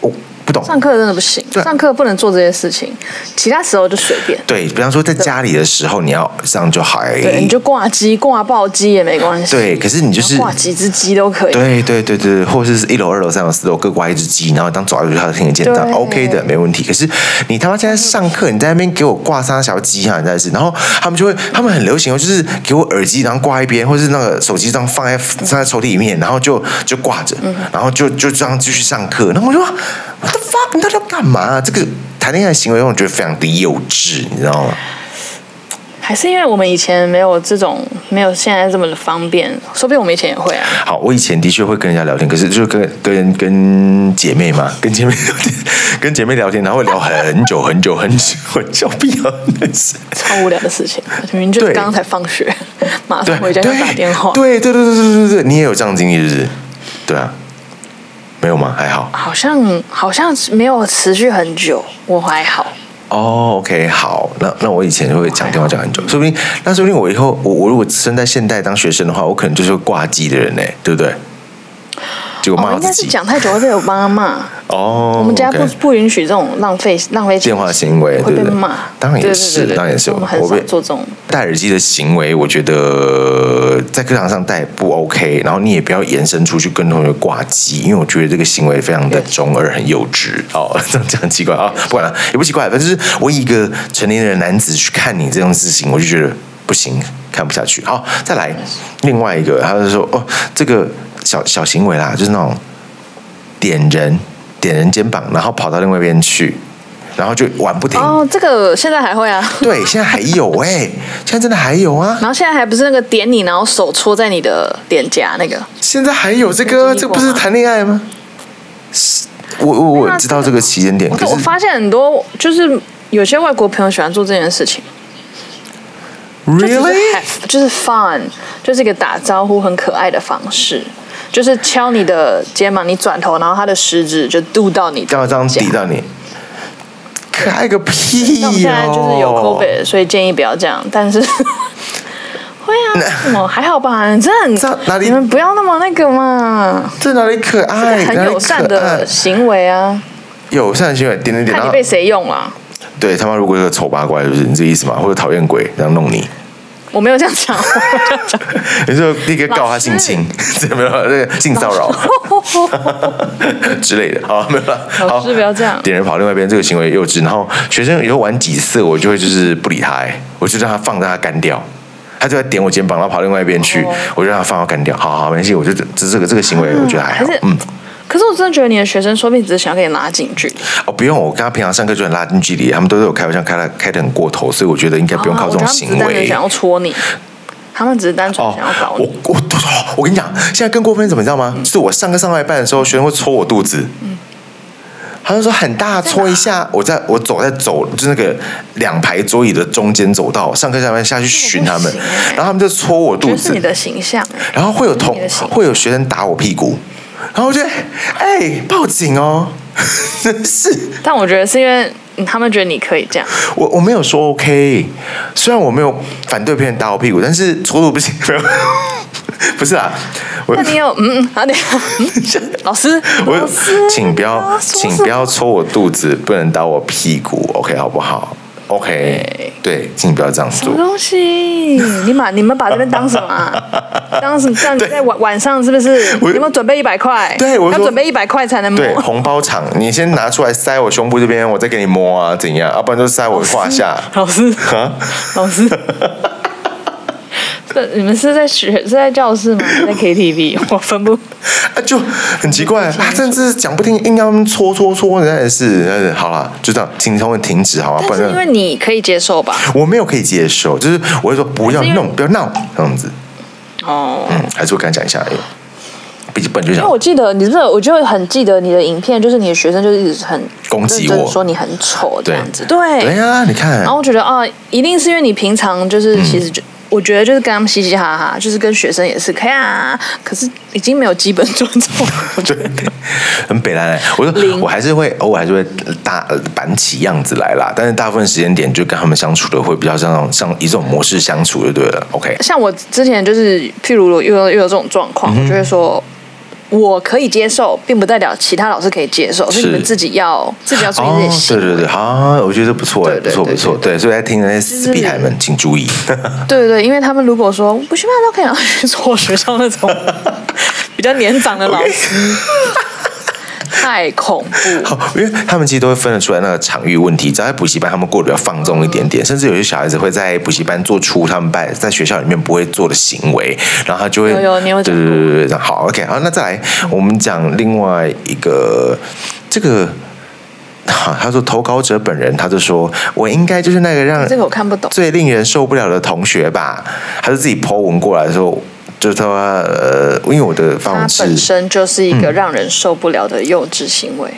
Speaker 1: 我不懂。
Speaker 2: 上课真的不行，
Speaker 1: 对
Speaker 2: 上课不能做这些事情，其他时候就随便。
Speaker 1: 对，比方说在家里的时候，你要这样就还
Speaker 2: 对，你就挂机、挂爆机也没关系。
Speaker 1: 对可是你就是
Speaker 2: 然后挂几只鸡都可以。
Speaker 1: 对对对对，或者是一楼、二楼、三楼、四楼各挂一只鸡，然后当走下去他听得见，这样
Speaker 2: 对
Speaker 1: OK 的，没问题。可是你他妈现在上课，你在那边给我挂三小鸡啊，你在是，然后他们就会，他们很流行哦，就是给我耳机，然后挂一边，或是那个手机这样放在放在抽屉里面，然后就就挂着，然后就就这样继续上课。然后我就说，What the fuck？你到底要干嘛、这个谈恋爱行为让我觉得非常的幼稚，你知道吗？
Speaker 2: 还是因为我们以前没有这种，没有现在这么的方便，说不定我们以前也会啊。
Speaker 1: 好，我以前的确会跟人家聊天，可是就是跟跟跟姐妹嘛，跟姐妹聊天，跟姐妹聊天，然后会聊很久很久很久，我叫不要那是。
Speaker 2: 超无聊的事情，明明就是
Speaker 1: 对
Speaker 2: 刚刚才放学， 马
Speaker 1: 对
Speaker 2: 上回家就打电话。
Speaker 1: 对对对对对对对，你也有这样的经历是不是？对啊，没有吗？还好。
Speaker 2: 好像好像没有持续很久，我还好。
Speaker 1: 哦、o k 好，那那我以前就会讲电话讲很久，说不定那说不定我以后我我如果生在现代当学生的话，我可能就是会挂机的人呢、对不对？结果骂
Speaker 2: 哦，
Speaker 1: 到
Speaker 2: 应该
Speaker 1: 自
Speaker 2: 是
Speaker 1: 己
Speaker 2: 讲太久会被我 妈骂。
Speaker 1: 哦，
Speaker 2: 我们家不
Speaker 1: OK
Speaker 2: 不允许这种浪费浪费
Speaker 1: 电话行为，
Speaker 2: 会
Speaker 1: 对
Speaker 2: 被
Speaker 1: 不对？
Speaker 2: 骂。
Speaker 1: 当然也
Speaker 2: 对
Speaker 1: 是，
Speaker 2: 对对对
Speaker 1: 当然也是，
Speaker 2: 我们很
Speaker 1: 我
Speaker 2: 少
Speaker 1: 被
Speaker 2: 做这种。
Speaker 1: 戴耳机的行为，我觉得在课堂上戴不 OK，然后你也不要延伸出去跟同学挂机，因为我觉得这个行为非常的中二，很幼稚哦， 这样讲很奇怪啊，不管了，也不奇怪，反正就是我以一个成年人的男子去看你这种事情，我就觉得不行，看不下去。好，再来另外一个，他就说哦，这个小小行为啦，就是那种点人点人肩膀，然后跑到另外一边去，然后就玩不停。
Speaker 2: 哦，这个现在还会啊。
Speaker 1: 对，现在还有哎、现在真的还有啊，
Speaker 2: 然后现在还不是那个点你，然后手戳在你的脸颊那个，
Speaker 1: 现在还有这个，
Speaker 2: 你有
Speaker 1: 这
Speaker 2: 经历过吗
Speaker 1: 不是谈恋爱吗？是我我我
Speaker 2: 对啊
Speaker 1: 知道这个起点点，
Speaker 2: 我
Speaker 1: 可是
Speaker 2: 我发现很多就是有些外国朋友喜欢做这件事情，就只是
Speaker 1: really
Speaker 2: have- 就是 fun，就是一个打招呼很可爱的方式。就是敲你的肩膀，你转头，然后他的食指就嘟到你
Speaker 1: 要
Speaker 2: 的
Speaker 1: 这样
Speaker 2: 颊
Speaker 1: 抵到你，开个屁
Speaker 2: 那我们现在就是有
Speaker 1: 哦！
Speaker 2: COVID，所以建议不要这样。但是 会啊，哦，还好吧，这
Speaker 1: 这
Speaker 2: 很
Speaker 1: 哪里
Speaker 2: 你们不要那么那个嘛，
Speaker 1: 这哪里可爱？
Speaker 2: 很
Speaker 1: 哪里
Speaker 2: 友善
Speaker 1: 可
Speaker 2: 的
Speaker 1: 爱
Speaker 2: 行为啊。
Speaker 1: 友善行为，点点点，
Speaker 2: 看
Speaker 1: 然
Speaker 2: 你
Speaker 1: 后
Speaker 2: 被谁用了，
Speaker 1: 对他妈如果有个丑八怪，就是你这意思嘛，或者讨厌鬼这样弄你，
Speaker 2: 我没有这样讲，我没有这样讲。
Speaker 1: 你就立刻告他性侵， 这没有啦那个性骚扰之类 的，好没有了。
Speaker 2: 老
Speaker 1: 好，
Speaker 2: 师不要这样
Speaker 1: 点人跑另外一边，这个行为幼稚。然后学生以后玩几次，我就会就是不理他、欸，我就让他放让他干掉。他就在点我肩膀，然后跑另外一边去，
Speaker 2: 哦
Speaker 1: 我就让他放他干掉。好好，没关系，我就这这个这个行为，我觉得还好
Speaker 2: 还是。
Speaker 1: 嗯，
Speaker 2: 可是我真的觉得你的学生说不定只是想要跟你拉近距离，
Speaker 1: 哦，不用，我跟他平常上课就很拉近距离，他们都是有开玩笑开的开的很过头，所以我觉得应该不用靠这种
Speaker 2: 啊我觉得
Speaker 1: 行
Speaker 2: 他们只是
Speaker 1: 为。
Speaker 2: 单纯想要戳你，他们只是单纯
Speaker 1: 哦
Speaker 2: 想要搞，
Speaker 1: 我
Speaker 2: 你。嗯
Speaker 1: 我我我跟你讲，现在更过分是怎么你知道吗？就是我上课上到一半的时候，学生会戳我肚子，他就说很大
Speaker 2: 啊
Speaker 1: 戳一下，我在我走在走就是那个两排桌椅的中间走道，上课下班下去寻他们
Speaker 2: 这个不行欸，
Speaker 1: 然后他们就戳我
Speaker 2: 觉
Speaker 1: 肚
Speaker 2: 得是
Speaker 1: 子
Speaker 2: 你，的形象欸，
Speaker 1: 然后会有同
Speaker 2: 你的行为
Speaker 1: 会有学生打我屁股，然后我就哎、报警哦， 真是。
Speaker 2: 但我觉得是因为嗯他们觉得你可以 这样，
Speaker 1: 我我没有说 OK，虽然我没有反对别人打我屁股，但是戳我不行， 没有，不是啊，我
Speaker 2: 那你有嗯嗯，好点，嗯老师，老
Speaker 1: 我
Speaker 2: 师
Speaker 1: 请不
Speaker 2: 你
Speaker 1: 要，
Speaker 2: 刚刚说
Speaker 1: 请
Speaker 2: 什
Speaker 1: 不
Speaker 2: 么
Speaker 1: 要戳我肚子，不能打我屁股，OK 好不好？OK，对，请不要这样
Speaker 2: 什么
Speaker 1: 做。
Speaker 2: 东西？你把你们把这边当什么、 啊？当什么？这样你在晚晚上是不是？
Speaker 1: 我
Speaker 2: 有没有准备一百块？
Speaker 1: 对我
Speaker 2: 要
Speaker 1: 说
Speaker 2: 准备一百块才能摸。
Speaker 1: 对，红包场，你先拿出来塞我胸部这边，我再给你摸啊，怎样？要、不然就塞我胯下。
Speaker 2: 老师，
Speaker 1: 啊，
Speaker 2: 老 师，这你们是在学是在教室 吗？在 KTV？我分不。
Speaker 1: 啊就很奇怪，他、啊、甚至讲不听，硬要他们戳戳戳，人家也是，但是好啦，就这样，请他们停止好吗？不
Speaker 2: 但
Speaker 1: 然
Speaker 2: 是
Speaker 1: 就
Speaker 2: 因为你可以接受吧？
Speaker 1: 我没有可以接受，就是我会说不要
Speaker 2: 还是因为
Speaker 1: 弄，不要闹这样子，
Speaker 2: 哦。
Speaker 1: 嗯，还是会跟他讲一下，因为毕竟本就
Speaker 2: 因
Speaker 1: 想
Speaker 2: 为我记得你真的，我就很记得你的影片，就是你的学生就一直很
Speaker 1: 攻击
Speaker 2: 认真地
Speaker 1: 我
Speaker 2: 说你很丑这
Speaker 1: 对
Speaker 2: 样子，对
Speaker 1: 对啊呀、你看
Speaker 2: 然，后我觉得啊，一定是因为你平常就是
Speaker 1: 嗯
Speaker 2: 其实就。我觉得就是跟他们嘻嘻哈哈，就是跟学生也是可以啊，可是已经没有基本尊重了。我 觉
Speaker 1: 对
Speaker 2: 得，
Speaker 1: 很北兰欸，我说
Speaker 2: 零
Speaker 1: 我还是会偶尔还是会大板起样子来啦，但是大部分时间点就跟他们相处的会比较像那种像以这种模式相处就对了，OK，
Speaker 2: 像我之前就是，譬如我遇到遇到这种状况，我
Speaker 1: 嗯
Speaker 2: 就会说我可以接受，并不代表其他老师可以接受，所以
Speaker 1: 是
Speaker 2: 你们自己要自己要注意
Speaker 1: 哦
Speaker 2: 自己的，心。
Speaker 1: 对对对，啊，我觉得不错欸，
Speaker 2: 对
Speaker 1: 不
Speaker 2: 对
Speaker 1: 错
Speaker 2: 对
Speaker 1: 不错，对，所以在听那些
Speaker 2: 是
Speaker 1: 死逼台们，请注意，
Speaker 2: 对对对，因为他们如果说不去骂都可 以，然后去说学校那种比较年长的老师，太恐怖。
Speaker 1: 好，因为他们其实都会分得出来那个场域问题。只要在补习班，他们过得比较放纵一点点，甚至有些小孩子会在补习班做出他们班在学校里面不会做的行为，然后他就会
Speaker 2: 有有你有
Speaker 1: 对
Speaker 2: 讲
Speaker 1: 对对对对，好，OK，好，那再来，我们讲另外一个这个。好，他说投稿者本人，他就说我应该就是那个让
Speaker 2: 这个我看不懂
Speaker 1: 最令人受不了的同学吧，他就自己 po 文过来说，就是他呃，因为我的发
Speaker 2: 它
Speaker 1: 文是
Speaker 2: 本身就是一个
Speaker 1: 嗯
Speaker 2: 让人受不了的幼稚行为。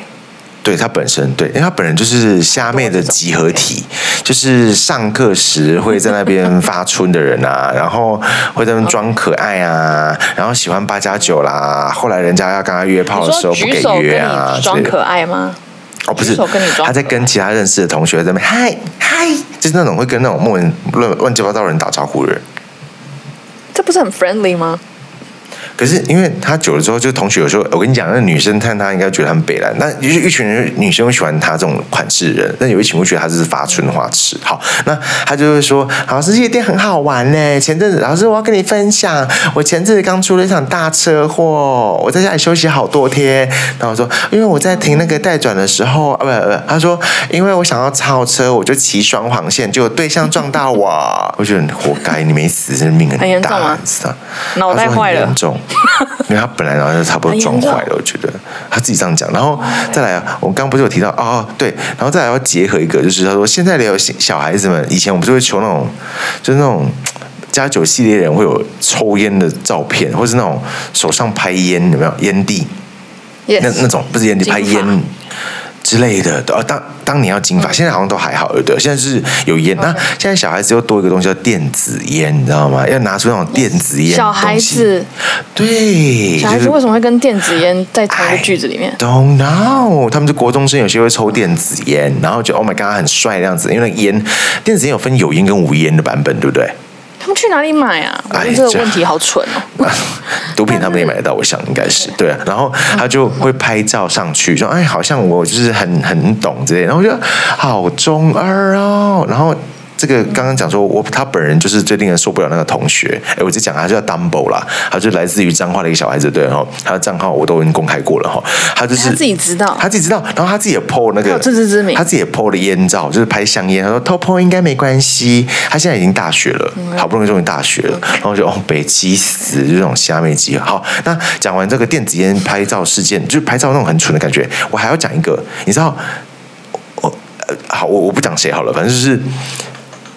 Speaker 1: 对他本身，对，因为他本人就是虾妹的集合体，就是上课时会在那边发春的人啊，然后会在那边装可爱啊，然后喜欢八加九啦，后来人家要跟他约炮
Speaker 2: 你
Speaker 1: 的时
Speaker 2: 说
Speaker 1: 哦候不
Speaker 2: 举
Speaker 1: 给
Speaker 2: 手
Speaker 1: 约
Speaker 2: 跟
Speaker 1: 啊
Speaker 2: 你
Speaker 1: 之
Speaker 2: 装
Speaker 1: 类的
Speaker 2: 可。爱吗？
Speaker 1: 哦，不
Speaker 2: 举
Speaker 1: 是
Speaker 2: 手跟你，装
Speaker 1: 他在跟其他认识的同学在那边嗨嗨，就是那种会跟那种莫名乱乱七八糟的人打招呼的人。
Speaker 2: 这不是很 friendly 吗？
Speaker 1: 可是因为他久了之后，就同学有时候，我跟你讲，那女生看他应该觉得很北蓝，那就是一群人女生会喜欢他这种款式的人，那有一群会觉得他是发春花痴。好，那他就会说，老师夜店很好玩呢。前阵子老师我要跟你分享，我前阵子刚出了一场大车祸，我在家里休息好多天。然后我说，因为我在停那个待转的时候，啊不不不，他说因为我想要超车，我就骑双黄线，结果对象撞到我，我觉得你活该，你没死，真的命很大，
Speaker 2: 很严重吗
Speaker 1: 你知道
Speaker 2: 脑袋坏了
Speaker 1: 他说很严重，因为他本来脑袋就差不多撞坏
Speaker 2: 很严
Speaker 1: 了，我觉得他自己这样讲。然后再来啊，我们刚刚不是有提到哦，对，然后再来要结合一个，就是他说现在的有小孩子们，以前我们就会求那种，就是那种。加九系列人会有抽烟的照片，或是那种手上拍烟，有没有烟蒂？那
Speaker 2: Yes，
Speaker 1: 那种不是烟蒂，
Speaker 2: 金
Speaker 1: 拍
Speaker 2: 发嗯
Speaker 1: 烟之类的。呃，当当年要金发，现在好像都还好，对不对？现在是有烟，那现在小孩子又多一个东西叫电子烟，你知道吗？要拿出那种电子烟的东西。
Speaker 2: 小孩子，
Speaker 1: 对，
Speaker 2: 小孩
Speaker 1: 就是哎
Speaker 2: 子为什么会跟电子烟在同一个
Speaker 1: I
Speaker 2: 句子里面？
Speaker 1: Don't know，他们是国中生，有些会抽电子烟，然后就 Oh my God，他很帅的样子。因为那个烟，电子烟有分有烟跟无烟的版本，对不对？
Speaker 2: 他们去哪里买啊？我
Speaker 1: 哎
Speaker 2: 觉得这个
Speaker 1: 这
Speaker 2: 问题好蠢哦。
Speaker 1: 毒品他们也买得到，我想应该是对啊。然后他就会拍照上去，说：“哎，好像我就是很很懂之类。”然后我就好中二哦。然后这个刚刚讲说，我他本人就是最令人受不了那个同学。哎，我就讲他叫 Dumbo 啦，他就来自于彰化的一个小孩子，对哈。他的账号我都已经公开过了哈。他就是
Speaker 2: 他自己知道
Speaker 1: 他自己知道，然后他自己也 PO 那个
Speaker 2: 他有自知之明
Speaker 1: 他自己也 PO 了烟照，就是拍香烟。他说偷 PO 应该没关系，他现在已经大学了，
Speaker 2: 嗯
Speaker 1: 好不容易终于大学了，然后我就哦北极死，就这种虾妹级。好，那讲完这个电子烟拍照事件，就是拍照那种很蠢的感觉，我还要讲一个，你知道，我呃好，我我不讲谁好了，反正就是。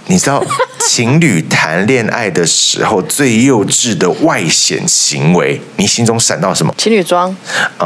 Speaker 1: 你知 道情侣谈恋爱的时候最幼稚的外显行为，你心中闪到什么？
Speaker 2: 情侣装，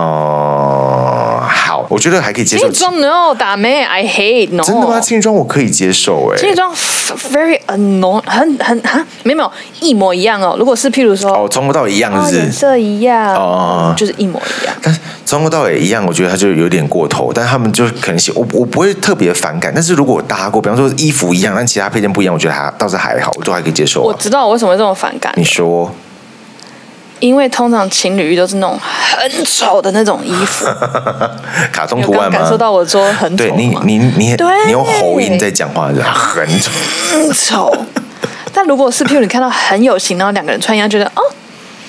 Speaker 1: 哦、好，我觉得还可以接
Speaker 2: 情
Speaker 1: 受
Speaker 2: 侣。装 no 打妹，I hate no。
Speaker 1: 真的吗？情侣装我可以接受哎、
Speaker 2: 情侣装 f- very annoying，很很哈，没有没有一模一样哦。如果是譬如说，
Speaker 1: 哦，从头到尾一样
Speaker 2: 哦
Speaker 1: 是不
Speaker 2: 颜
Speaker 1: 是？
Speaker 2: 色一样，
Speaker 1: 哦
Speaker 2: 就是一模一样。
Speaker 1: 但是从头到尾一样，我觉得他就有点过头。但他们就是可能喜我我不会特别反感。但是如果我搭过，比方说衣服一样，但其他配件不一样，我觉得还倒是还好，我都还可以接受、
Speaker 2: 我
Speaker 1: 啊。
Speaker 2: 知道我为什么会这么反感
Speaker 1: 你，说，
Speaker 2: 因为通常情侣衣都是那种很丑的那种衣 服，
Speaker 1: 卡通
Speaker 2: 有
Speaker 1: 图
Speaker 2: 刚
Speaker 1: 案吗？
Speaker 2: 感受到我说很
Speaker 1: 对
Speaker 2: 丑
Speaker 1: 你
Speaker 2: 吗？
Speaker 1: 你你
Speaker 2: 对
Speaker 1: 你用喉音在讲话，很丑。
Speaker 2: 很丑。 但如果是譬如你看到很有型，然后两个人穿一样，觉得哦，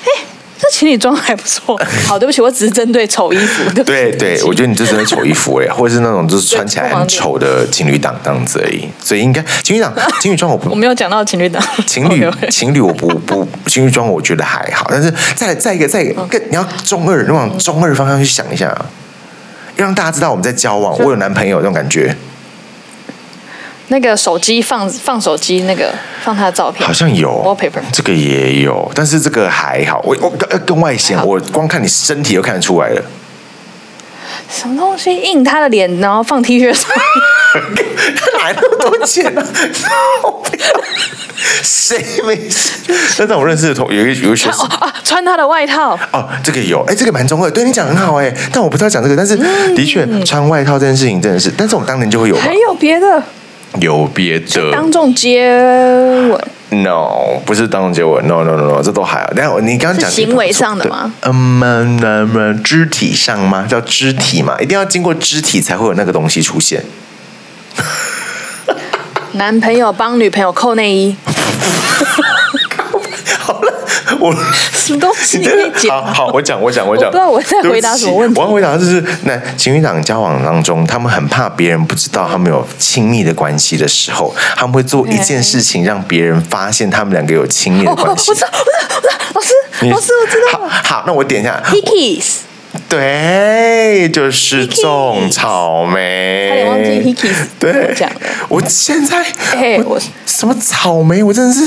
Speaker 2: 哎，这情侣装还不错。好，对不起，我只是针对丑衣服。对不起
Speaker 1: 对对，我觉得你就真的丑衣服哎，或者是那种就是穿起来很丑的情侣档这样子而已。所以应该情侣档、情侣装我
Speaker 2: 我
Speaker 1: 不。
Speaker 2: 没有讲到情侣档，
Speaker 1: 情侣
Speaker 2: OK，OK
Speaker 1: 情侣我不不情侣装我觉得还好，但是再来再一个再
Speaker 2: 嗯
Speaker 1: 一个更你要中二，你往中二方向去想一下，啊要让大家知道我们在交往，我有男朋友这种感觉，
Speaker 2: 那个手机放放手机那个放他的照片，
Speaker 1: 好像有
Speaker 2: wallpaper。
Speaker 1: 这个也有，但是这个还好，我我更更外显
Speaker 2: 还，好
Speaker 1: 我光看你身体就看得出来了。
Speaker 2: 什么东西印他的脸，然后放 T 恤上，
Speaker 1: 哪来那么多钱 呢、我不要 谁没事？那在我认识的同有一个有一个学
Speaker 2: 穿
Speaker 1: 生
Speaker 2: 哦。啊穿他的外套，
Speaker 1: 哦，这个有，哎，这个蛮中二，对你讲得很好，哎，但我不知道讲这个，但是
Speaker 2: 嗯
Speaker 1: 的确穿外套这件事情真的是，但是我们当年就会有嘛
Speaker 2: 还有别的
Speaker 1: 有别的
Speaker 2: 当众接吻，
Speaker 1: ，no，不是当众接吻，no no no no，这都还好。但你刚刚讲
Speaker 2: 是行为上的吗
Speaker 1: 对？嗯嗯嗯嗯，肢体上吗？叫肢体嘛，一定要经过肢体才会有那个东西出现。
Speaker 2: 男朋友帮女朋友扣内衣，
Speaker 1: 好了，我
Speaker 2: 什么东西
Speaker 1: 你
Speaker 2: 你可以
Speaker 1: 真的
Speaker 2: 解
Speaker 1: 好好，我讲，我讲，我讲。
Speaker 2: 我不知道我在回答什么问
Speaker 1: 对不
Speaker 2: 题
Speaker 1: 起我要回答就是，那情侣档交往当中，他们很怕别人不知道他们有亲密的关系的时候，他们会做一件事情让别人发现他们两个有亲密
Speaker 2: 哦
Speaker 1: 的
Speaker 2: 哦，我
Speaker 1: 关系
Speaker 2: 知。道，我知道，我知道，
Speaker 1: 你
Speaker 2: 老师，老师，我知道
Speaker 1: 好，
Speaker 2: 了
Speaker 1: 好，那我点一下。
Speaker 2: ，Hikis，
Speaker 1: 对，就是种草
Speaker 2: 差点忘记
Speaker 1: 莓
Speaker 2: Hikis。
Speaker 1: 对，
Speaker 2: 讲了
Speaker 1: 我现在，
Speaker 2: 哎
Speaker 1: 我
Speaker 2: 我
Speaker 1: 什么草莓，我真的是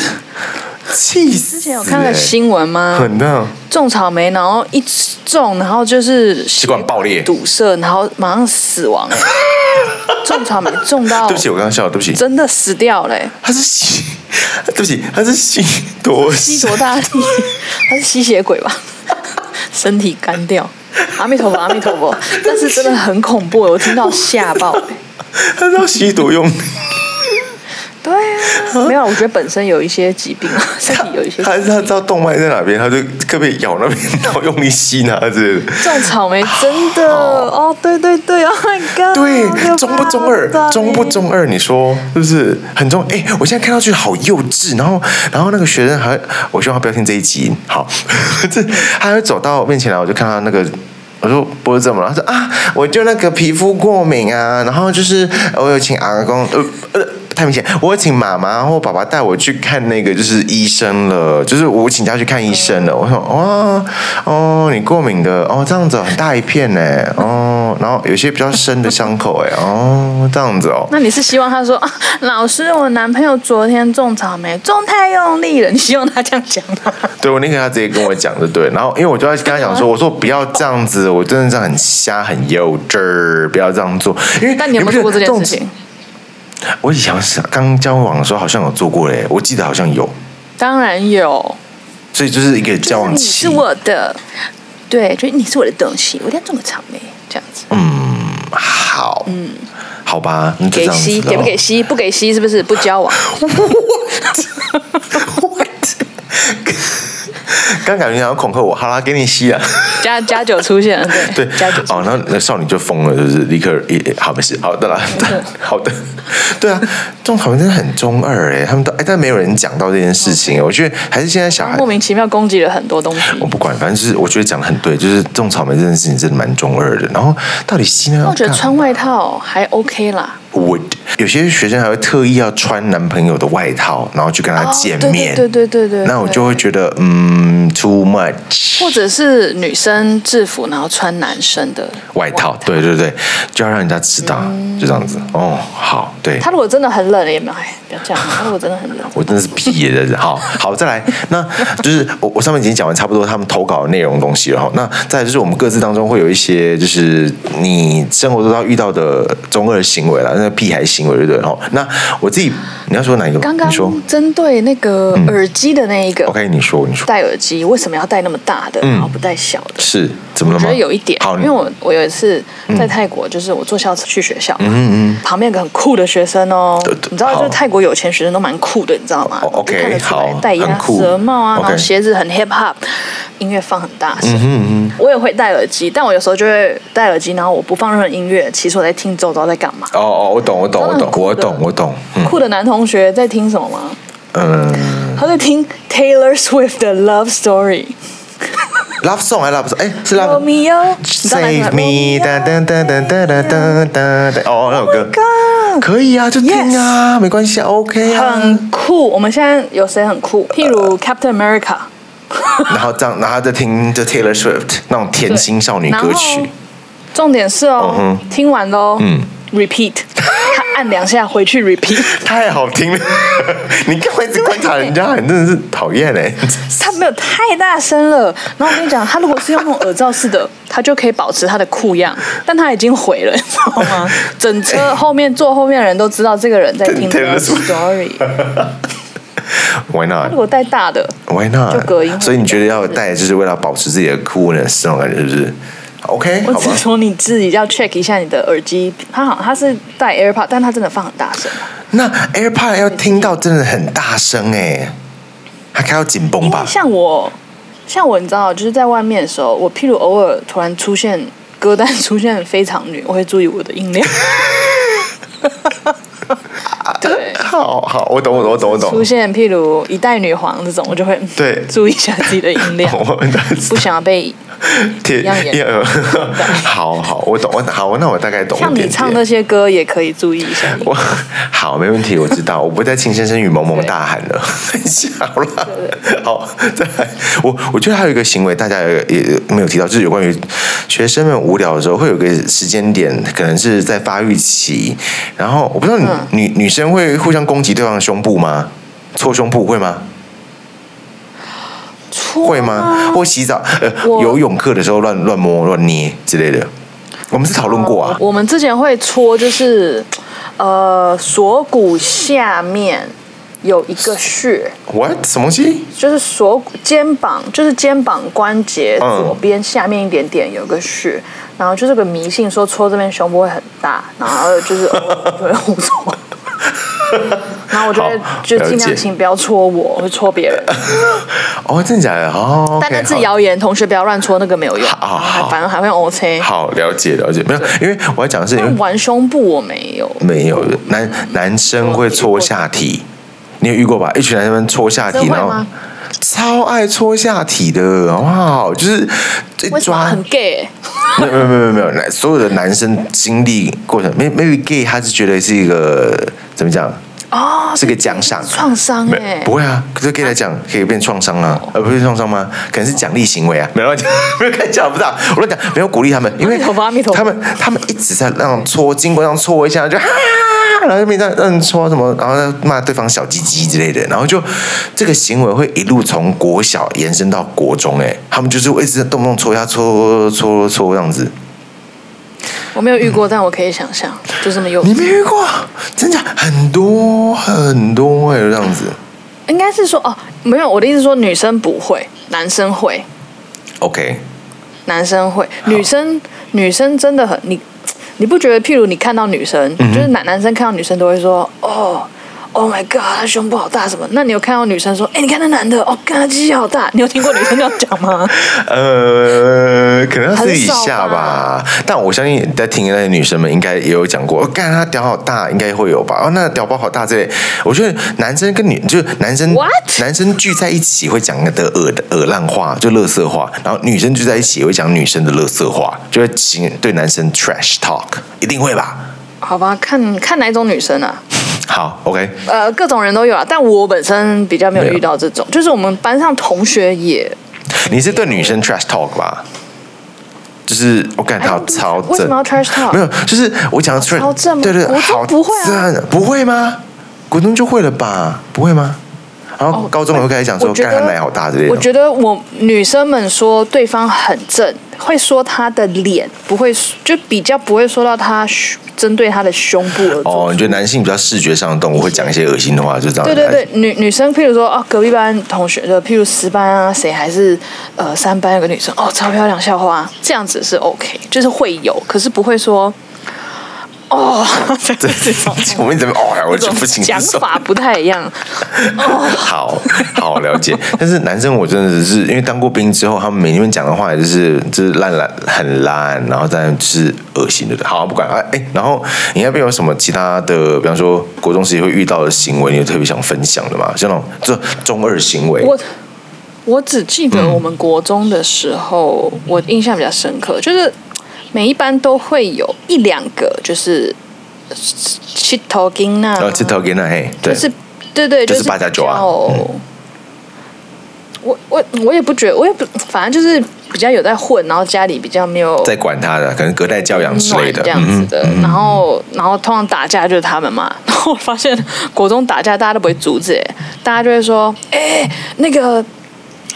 Speaker 1: 气死、欸。
Speaker 2: 之前有看到新闻吗？
Speaker 1: 很的。
Speaker 2: 种草莓，然后一种，然后就是
Speaker 1: 血
Speaker 2: 血
Speaker 1: 管爆裂
Speaker 2: 堵塞，然后马上死亡。 哎种草莓种到
Speaker 1: 对不起，我刚刚笑了，对不起。
Speaker 2: 真的死掉嘞、哎
Speaker 1: 他是吸，对不起，他是吸多
Speaker 2: 吸
Speaker 1: 少？
Speaker 2: 多大力？他是吸血鬼 吧？身体干掉。阿弥陀佛，阿弥陀佛！但是真的很恐怖，欸我听到吓爆、欸
Speaker 1: 啊他是要吸毒用，
Speaker 2: 对啊，没有，我觉得本身有一些疾病，啊身体有一些
Speaker 1: 他他知道动脉在哪边，他就特别咬那边，然后用力吸那之类的。
Speaker 2: 种草莓，真的哦，对对对，Oh my god！好可怕
Speaker 1: 对，中不中二
Speaker 2: 种草？莓
Speaker 1: 中不中二？你说是不是很中？哎、我现在看到觉得好幼稚。然后，然后那个学生还，我希望他不要听这一集。好， 这他会走到我面前来，我就看到那个。我说不是这么了，他说啊，我就那个皮肤过敏啊，然后就是呃我有请阿公，呃呃，太明显，我有请妈妈或爸爸带我去看那个就是医生了，就是我请他去看医生了。我说哦哦，你过敏的哦，这样子很大一片呢，哦，哦，然后有些比较深的伤口，哎，哦，这样子哦，
Speaker 2: 那你是希望他说、啊、老师，我男朋友昨天种草莓种太用力了，你希望他这样讲吗？
Speaker 1: 对我宁可他直接跟我讲就对，然后因为我就要跟他讲
Speaker 2: 啊
Speaker 1: 说，我说不要这样子，我真的这样很瞎很幼稚，不要这样做，因为
Speaker 2: 但你有没有
Speaker 1: 觉
Speaker 2: 做
Speaker 1: 得
Speaker 2: 过这件
Speaker 1: 种
Speaker 2: 事情？
Speaker 1: 我以前是刚交往的时候好像有做过嘞，我记得好像有，
Speaker 2: 当然有，
Speaker 1: 所以就是一个交往
Speaker 2: 你
Speaker 1: 期
Speaker 2: 是，我的，对，就是你是我的东西，我一定要种个草莓这样子。
Speaker 1: 嗯，好，嗯，好吧，那就这
Speaker 2: 给
Speaker 1: 样子哦
Speaker 2: 吸
Speaker 1: 咯
Speaker 2: 给不给吸？不给吸是不是不 交往？
Speaker 1: 刚感觉你好像恐吓我，好啦，给你吸啊，
Speaker 2: 加加酒出现了，对，
Speaker 1: 对
Speaker 2: 加酒，出现
Speaker 1: 哦，然后那少女就疯了，就是立刻一好没事，好的 啦， 好的，对啊，这种讨论真的很中二哎，他们都哎，但没有人讲到这件事
Speaker 2: 哦
Speaker 1: 情，欸我觉得还是现在小孩
Speaker 2: 莫名其妙攻击了很多东西。
Speaker 1: 我不管，反正就是我觉得讲的很对，就是种草莓这件事情真的蛮中二的。然后到底吸那
Speaker 2: 那
Speaker 1: 要
Speaker 2: 我觉得
Speaker 1: 干
Speaker 2: 穿外套还 OK 啦，
Speaker 1: would 有些学生还会特意要穿男朋友的外套，然后去跟他
Speaker 2: 哦
Speaker 1: 见
Speaker 2: 对对
Speaker 1: 啊面。
Speaker 2: 对对对对
Speaker 1: 那我就会觉得嗯，too much
Speaker 2: 或者是女生制服然后穿男生的
Speaker 1: 外套，对对对，就要让人家知道，
Speaker 2: 嗯
Speaker 1: 就这样子。哦，好，对。
Speaker 2: 他如果真的很冷，也没有，哎，不要这样。他如果真的很冷，
Speaker 1: 我真的是屁耶，真是好好再来，那就是我我上面已经讲完差不多他们投稿的内容的东西了哈。那再来就是我们各自当中会有一些就是你生活中要遇到的中二行为啦，那个屁孩行为对不对哈？那我自己你要说哪一个？
Speaker 2: 刚
Speaker 1: 你说
Speaker 2: 刚针对那个耳机的那一个，
Speaker 1: OK，你嗯说你说
Speaker 2: 戴耳机为什么要戴那么大的，然后不戴小的？
Speaker 1: 是怎么了
Speaker 2: 我
Speaker 1: 吗？
Speaker 2: 觉得有一点，
Speaker 1: 好，嗯
Speaker 2: 因为我我有一次在泰国，就是我坐校车去学校，旁边有个很酷的学生哦
Speaker 1: 对对，
Speaker 2: 你知道，
Speaker 1: 好
Speaker 2: 就是泰国有钱学生都蛮酷的，你知道吗
Speaker 1: 哦，OK，
Speaker 2: 就看得出来
Speaker 1: 好
Speaker 2: 戴鸭
Speaker 1: 很酷
Speaker 2: 舌帽啊，然后
Speaker 1: OK 嗯
Speaker 2: 鞋子很 hip hop，音乐放很大声。我也会戴耳机，但我有时候就会戴耳机，然后我不放任何音乐，其实我在听周遭在干嘛。
Speaker 1: 哦哦，我懂我懂我
Speaker 2: 真的
Speaker 1: 懂
Speaker 2: 很酷
Speaker 1: 我
Speaker 2: 的
Speaker 1: 懂我懂，嗯
Speaker 2: 酷的男同学在听什么吗？
Speaker 1: 嗯
Speaker 2: 他在听 Taylor Swift 的 Love Story。
Speaker 1: ，Love Song 还是 Love Song？哎，是 Love
Speaker 2: 罗密欧，你知道哪一首
Speaker 1: Save
Speaker 2: 吗
Speaker 1: me，哒哒哒哒哒哒哒哒哒，哦，那首歌。
Speaker 2: Oh God
Speaker 1: 可以啊，就听啊没关系啊，OK 啊。
Speaker 2: 很酷。我们现在有谁很酷？譬
Speaker 1: 呃
Speaker 2: 如 Captain America
Speaker 1: 然后这样，然后再听就 Taylor Swift 那种甜心少女歌。
Speaker 2: 对然后
Speaker 1: 曲，
Speaker 2: 重点是哦
Speaker 1: 嗯，
Speaker 2: 听完喽，，repeat，他按两下回去 repeat，
Speaker 1: 太好听了。你干嘛一直观察人家？你真的是讨厌 哎、
Speaker 2: 他没有太大声了。然后我跟你讲，他如果是用那种耳罩式的，他就可以保持他的酷样，但他已经毁了，你知道吗？整车后面坐后面的人都知道这个人在听
Speaker 1: Taylor
Speaker 2: Love
Speaker 1: Swift
Speaker 2: Story。
Speaker 1: w h y
Speaker 2: 如果
Speaker 1: not？Why
Speaker 2: 戴大的，
Speaker 1: not？
Speaker 2: 就隔音会
Speaker 1: 所以你觉得要戴，就是为了保持自己的 coolness 那种感觉，是不是？OK，
Speaker 2: 我
Speaker 1: 好吧
Speaker 2: 只。说你自己要 check 一下你的耳机，它好，它是戴 AirPod，但它真的放很大声，
Speaker 1: 那 AirPod 要听到真的很大声哎、它开到紧绷
Speaker 2: 因为
Speaker 1: 吧？
Speaker 2: 像我，像我，你知道，就是在外面的时候，我譬如偶尔突然出现歌单出现非常女，我会注意我的 音量，对，
Speaker 1: 好好，我懂，我懂，我懂，我
Speaker 2: 出
Speaker 1: 懂。
Speaker 2: 现譬如一代女皇这种，我就会
Speaker 1: 对
Speaker 2: 注意一下自己的音 量，
Speaker 1: 我
Speaker 2: 不想要被
Speaker 1: 贴
Speaker 2: 一样严
Speaker 1: 呃 好好，我懂，我好，那我大概懂一
Speaker 2: 像
Speaker 1: 点
Speaker 2: 你
Speaker 1: 点。
Speaker 2: 唱那些歌也可以注意一下音量。
Speaker 1: 我好，没问题，我知道，我不再轻声声语蒙蒙大喊了， 好了， 好，再来，我我觉得还有一个行为，大家也也没有提到，就是有关于学生们无聊的时候，会有一个时间点，可能是在发育期，然后我不知道女、
Speaker 2: 嗯
Speaker 1: 女女生会互相攻击对方的胸部吗？搓胸部会吗？
Speaker 2: 搓
Speaker 1: 会吗？或洗澡呃
Speaker 2: 啊我
Speaker 1: 游泳课的时候乱乱摸乱捏之类的，我们是讨论过啊。
Speaker 2: 我们之前会搓，就是呃锁骨下面有一个穴，
Speaker 1: What 什么东西？
Speaker 2: 就是锁骨肩膀，就是肩膀关节
Speaker 1: 嗯
Speaker 2: 左边下面一点点有个穴，然后就是有个迷信说搓这边胸部会很大，然后就是偶尔就会互 搓。然后我就会
Speaker 1: 好
Speaker 2: 就尽
Speaker 1: 了解
Speaker 2: 量请不要戳我，我会戳别人。
Speaker 1: 哦，真的假的？哦，
Speaker 2: 但
Speaker 1: OK，
Speaker 2: 那是
Speaker 1: 好
Speaker 2: 谣言，同学不要乱戳，那个没有用，
Speaker 1: 好
Speaker 2: 然后还
Speaker 1: 好
Speaker 2: 反而还会 O C。
Speaker 1: 好，了解了解，没有，因为我要讲的是，因
Speaker 2: 但
Speaker 1: 为
Speaker 2: 玩胸部我没有，
Speaker 1: 没有男男生会搓下体，你有遇过吧？一群男生搓下体，
Speaker 2: 真会
Speaker 1: 然后
Speaker 2: 吗
Speaker 1: 超爱搓下体的，好不好？就是一
Speaker 2: 为什么
Speaker 1: 抓
Speaker 2: 很 gay？欸
Speaker 1: 没有没有没有没有，男所有的男生经历过程，maybe maybe gay，他是觉得是一个怎么讲？
Speaker 2: 哦，
Speaker 1: 是个奖赏。
Speaker 2: 创伤哎，
Speaker 1: 不会啊，可是 gay 来讲可以变创伤啊，
Speaker 2: 哦
Speaker 1: 呃，不是创伤吗？可能是奖励行为啊，没有乱讲， 没有开玩笑，不知道，我乱讲，没有鼓励他们，因为
Speaker 2: 阿弥陀佛阿弥陀佛
Speaker 1: 他们他们一直在那样搓，经过那样搓一下就啊。然后就没在嗯搓什么，然后骂对方小鸡鸡之类的，然后就这个行为会一路从国小延伸到国中，哎，他们就是会一直动不动搓一下搓搓搓搓这样子。
Speaker 2: 我没有遇过，但我可以想象，就这么幼
Speaker 1: 你
Speaker 2: 稚。
Speaker 1: 没遇过？真假？很多很多哎、这样子。
Speaker 2: 应该是说哦，没有，我的意思是说女生不会，男生会，
Speaker 1: OK，
Speaker 2: 男生会，女生女生真的很你，你不觉得？譬如你看到女生，
Speaker 1: 嗯
Speaker 2: 就是男男生看到女生都会说哦。Oh my god，他胸部好大什么？那你有看到女生说，哎、你看那男的，哦，看他鸡鸡好大。你有听过女生这样 讲吗？
Speaker 1: 呃，可能要私底
Speaker 2: 很
Speaker 1: 下
Speaker 2: 少
Speaker 1: 吧
Speaker 2: 吧，
Speaker 1: 但我相信在听的那些女生们应该也有讲过，哦干、他屌好大，应该会有吧？哦，那屌包好大之类。我觉得男生跟女就是男生
Speaker 2: What？
Speaker 1: 男生聚在一起会讲的耳耳烂话，就乐色话，然后女生聚在一起也会讲女生的乐色话，就会请对男生 trash talk，一定会吧？
Speaker 2: 好吧，看看哪一种女生啊？
Speaker 1: 好，OK，
Speaker 2: 呃，各种人都有啊，但我本身比较没有遇到这种，就是我们班上同学也，
Speaker 1: 你是对女生 trash talk 吧？就是我感觉
Speaker 2: I
Speaker 1: 好
Speaker 2: don't think
Speaker 1: 超
Speaker 2: so. 为什么要 trash talk？
Speaker 1: 没有，就是我讲的 trash，
Speaker 2: 超正吗
Speaker 1: 对对，
Speaker 2: 国中
Speaker 1: 好
Speaker 2: 不会啊
Speaker 1: 正，不会吗？国中就会了吧？不会吗？然后
Speaker 2: 哦
Speaker 1: 高中也会开始讲说，
Speaker 2: 我觉得
Speaker 1: 干他奶好大之类的。
Speaker 2: 我觉得我女生们说对方很正，会说她的脸，不会就比较不会说到她胸针对她的胸部而
Speaker 1: 哦，
Speaker 2: 做。
Speaker 1: 你觉得男性比较视觉上的动物会讲一些恶心的话，就这样。
Speaker 2: 对 对对，，女女生，譬如说哦，隔壁班同学的，譬如十班啊，谁还是呃三班有个女生，哦，超漂亮，校花，这样子是 OK，就是会有，可是不会说哦， 这种
Speaker 1: 我们怎么哦，我就不行，
Speaker 2: 讲
Speaker 1: 受
Speaker 2: 法不太一样。哦
Speaker 1: 好好了解，但是男生我真的是因为当过兵之后，他们每天讲的话也就是就是烂烂很烂，然后再就是恶心的。好，不管哎哎，然后你那边有什么其他的，比方说国中时期会遇到的行为，你有特别想分享的吗？像那种这中二行为，
Speaker 2: 我我只记得我们国中的时候，
Speaker 1: 嗯
Speaker 2: 我印象比较深刻，就是每一班都会有一两个，就是呃七头巾呐，
Speaker 1: 啊然后这头给那嘿，对
Speaker 2: 啊就，是对对，
Speaker 1: 就是
Speaker 2: 是
Speaker 1: 八加九啊
Speaker 2: 比较我我我也不觉得，我也不，反正就是比较有在混，然后家里比较没有
Speaker 1: 在管他的，可能隔代教养之类的，嗯
Speaker 2: 暖这样子的。然后，然后通常打架就是他们嘛。然后我发现国中打架大家都不会阻止、欸，大家就会说：“哎、那个。”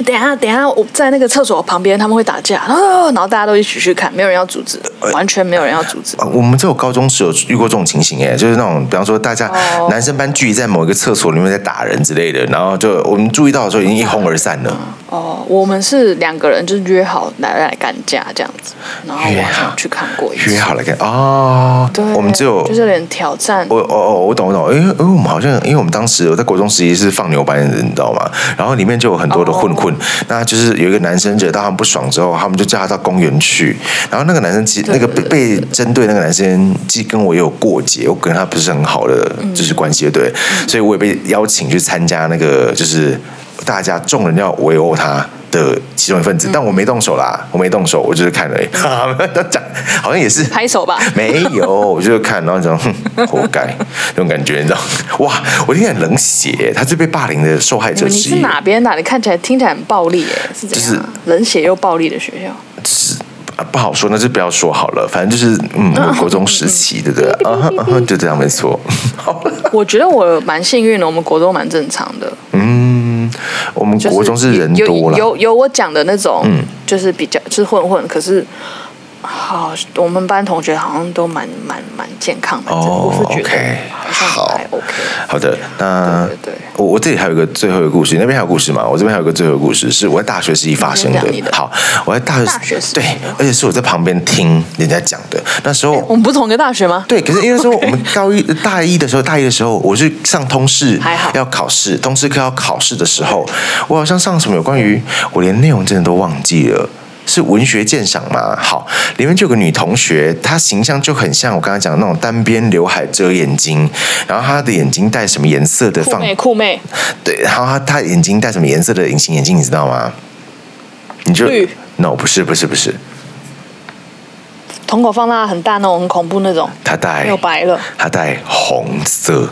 Speaker 2: 等一下，等一下，我在那个厕所旁边，他们会打架，啊然后大家都一起去看，没有人要阻止，完全没有人要阻止。
Speaker 1: 啊我们只有高中时有遇过这种情形哎，就是那种比方说大家
Speaker 2: 哦
Speaker 1: 男生班聚集在某一个厕所里面在打人之类的，然后就我们注意到的时候已经一哄而散了。
Speaker 2: 哦，我们是两个人，就是约好来来干架这样子，然后
Speaker 1: 约
Speaker 2: 我
Speaker 1: 好
Speaker 2: 好像去看过一次，
Speaker 1: 约好了看哦，
Speaker 2: 对，
Speaker 1: 我们只有、
Speaker 2: 就是有点挑战，
Speaker 1: 我哦哦，我懂我懂，因为因为我们好像因为我们当时我在国中时期是放牛班的人，你知道吗？然后里面就有很多的混
Speaker 2: 哦
Speaker 1: 混，那就是有一个男生惹到他们不爽之后，他们就叫他到公园去，然后那个男生其实那
Speaker 2: 对
Speaker 1: 个被被针对那个男生，既跟我也有过节，我跟他不是很好的
Speaker 2: 嗯
Speaker 1: 就是关系，对，所以我也被邀请去参加那个就是大家众人要围殴他。的其中一份
Speaker 2: 嗯
Speaker 1: 子，但我没动手啦，我没动手，我就是看而已。哈 哈，讲好像也是
Speaker 2: 拍手吧。
Speaker 1: 没有，我就看，然后讲，哼，活该，那种感觉，你知道？ 哇，我听起来很冷血，他是被霸凌的受害
Speaker 2: 你
Speaker 1: 者
Speaker 2: 们
Speaker 1: 之
Speaker 2: 你
Speaker 1: 一。
Speaker 2: 是哪边的啊、你看起来听起来很暴力耶、是怎样、啊？冷血又暴力的学校，
Speaker 1: 啊不好说，那就不要说好了。反正就是， 嗯，我国中时期，对不对？啊哈，啊哈就这样，没错。好了，
Speaker 2: 我觉得我蛮幸运的，我们国中蛮正常的，
Speaker 1: 嗯，我们
Speaker 2: 就是
Speaker 1: 国中是人多嗯
Speaker 2: 有
Speaker 1: 了，
Speaker 2: 有有我讲的那种，就是比较就是混混，可是。好，我们班同学好像都蛮蛮蛮健康的，蛮正
Speaker 1: 哦
Speaker 2: 我是觉得
Speaker 1: OK，
Speaker 2: 好像还 OK。
Speaker 1: 好的，那
Speaker 2: 对对对
Speaker 1: 我我这里还有一个最后一个故事，你那边还有故事吗？我这边还有一个最后一个故事，是我在大学时期发生的
Speaker 2: 你先讲你。的
Speaker 1: 好，我在大学
Speaker 2: 大学时期
Speaker 1: 对，而且是我在旁边听人家讲的。那时候
Speaker 2: 我们不是同一个大学吗？
Speaker 1: 对，可是因为 说我们高一、大一的时候，大一的时候，我是上通识
Speaker 2: 还好，
Speaker 1: 要考试，通识课要考试的时候，我好像上什么有关于我连内容真的都忘记了。是文学鉴赏嘛？好，里面就有个女同学，她形象就很像我刚才讲的那种单边刘海遮眼睛，然后她的眼睛戴什么颜色的
Speaker 2: 酷欸
Speaker 1: 放
Speaker 2: 妹酷妹，
Speaker 1: 对，然后她她眼睛戴什么颜色的隐形眼镜，你知道吗？你就
Speaker 2: 绿
Speaker 1: no 不是不是不是，
Speaker 2: 瞳孔放
Speaker 1: 哎
Speaker 2: 大很大那种，很恐怖那种，
Speaker 1: 她戴
Speaker 2: 没有白了。
Speaker 1: 他戴红色，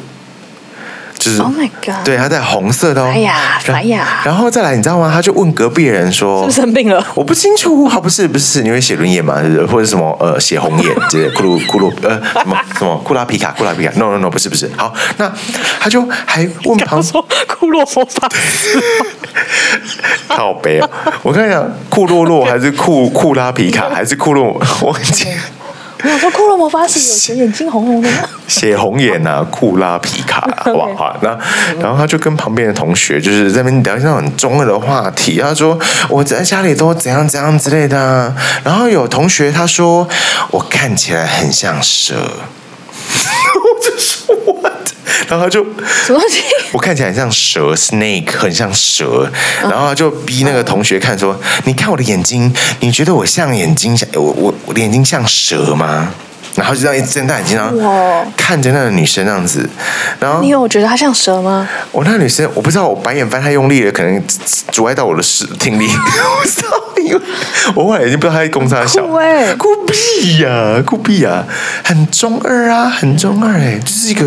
Speaker 1: 就是
Speaker 2: Oh my god
Speaker 1: 对，他在红色的哦，
Speaker 2: 哎呀
Speaker 1: 然
Speaker 2: 哎呀
Speaker 1: 然后再来，你知道吗？他就问隔壁的人说，
Speaker 2: 是不是生病了？
Speaker 1: 我不清楚，啊好不是不是，你会写轮眼吗？就是或者什么呃写红眼，这库鲁库鲁呃什么什么库拉皮卡库拉皮卡，no no no 不是不是，好，那他就还问
Speaker 2: 刚
Speaker 1: 旁
Speaker 2: 说库洛魔法师，
Speaker 1: 靠北哦，我跟你讲库洛洛还是库库拉皮卡还是库洛，我忘记
Speaker 2: 我想说库洛魔法师有钱眼睛红红的 吗？
Speaker 1: 写红眼啊，库拉皮卡、啊，好不好？好那然后他就跟旁边的同学就是在那边聊一些很中二的话题。他说我在家里都怎样怎样之类的啊。然后有同学他说我看起来很像蛇， 我就说 what？然后他就
Speaker 2: 什么东西？
Speaker 1: 我看起来很像蛇，snake 很像蛇，然后他就逼那个同学看说：“你看我的眼睛，你觉得我像眼睛像我我我的眼睛像蛇吗？”然后就这样一直睁大眼睛，然
Speaker 2: 哇
Speaker 1: 后看着那个女生这样子，然后
Speaker 2: 你有觉得他像蛇吗？
Speaker 1: 我那个女生我不知道我白眼翻太用力了，可能阻碍到我的视听力， 我不知道，因为我后来已经不知道她在攻啥小，
Speaker 2: 酷 欸
Speaker 1: 酷毙呀、酷毙呀、很中二啊，很中二哎、就是一个。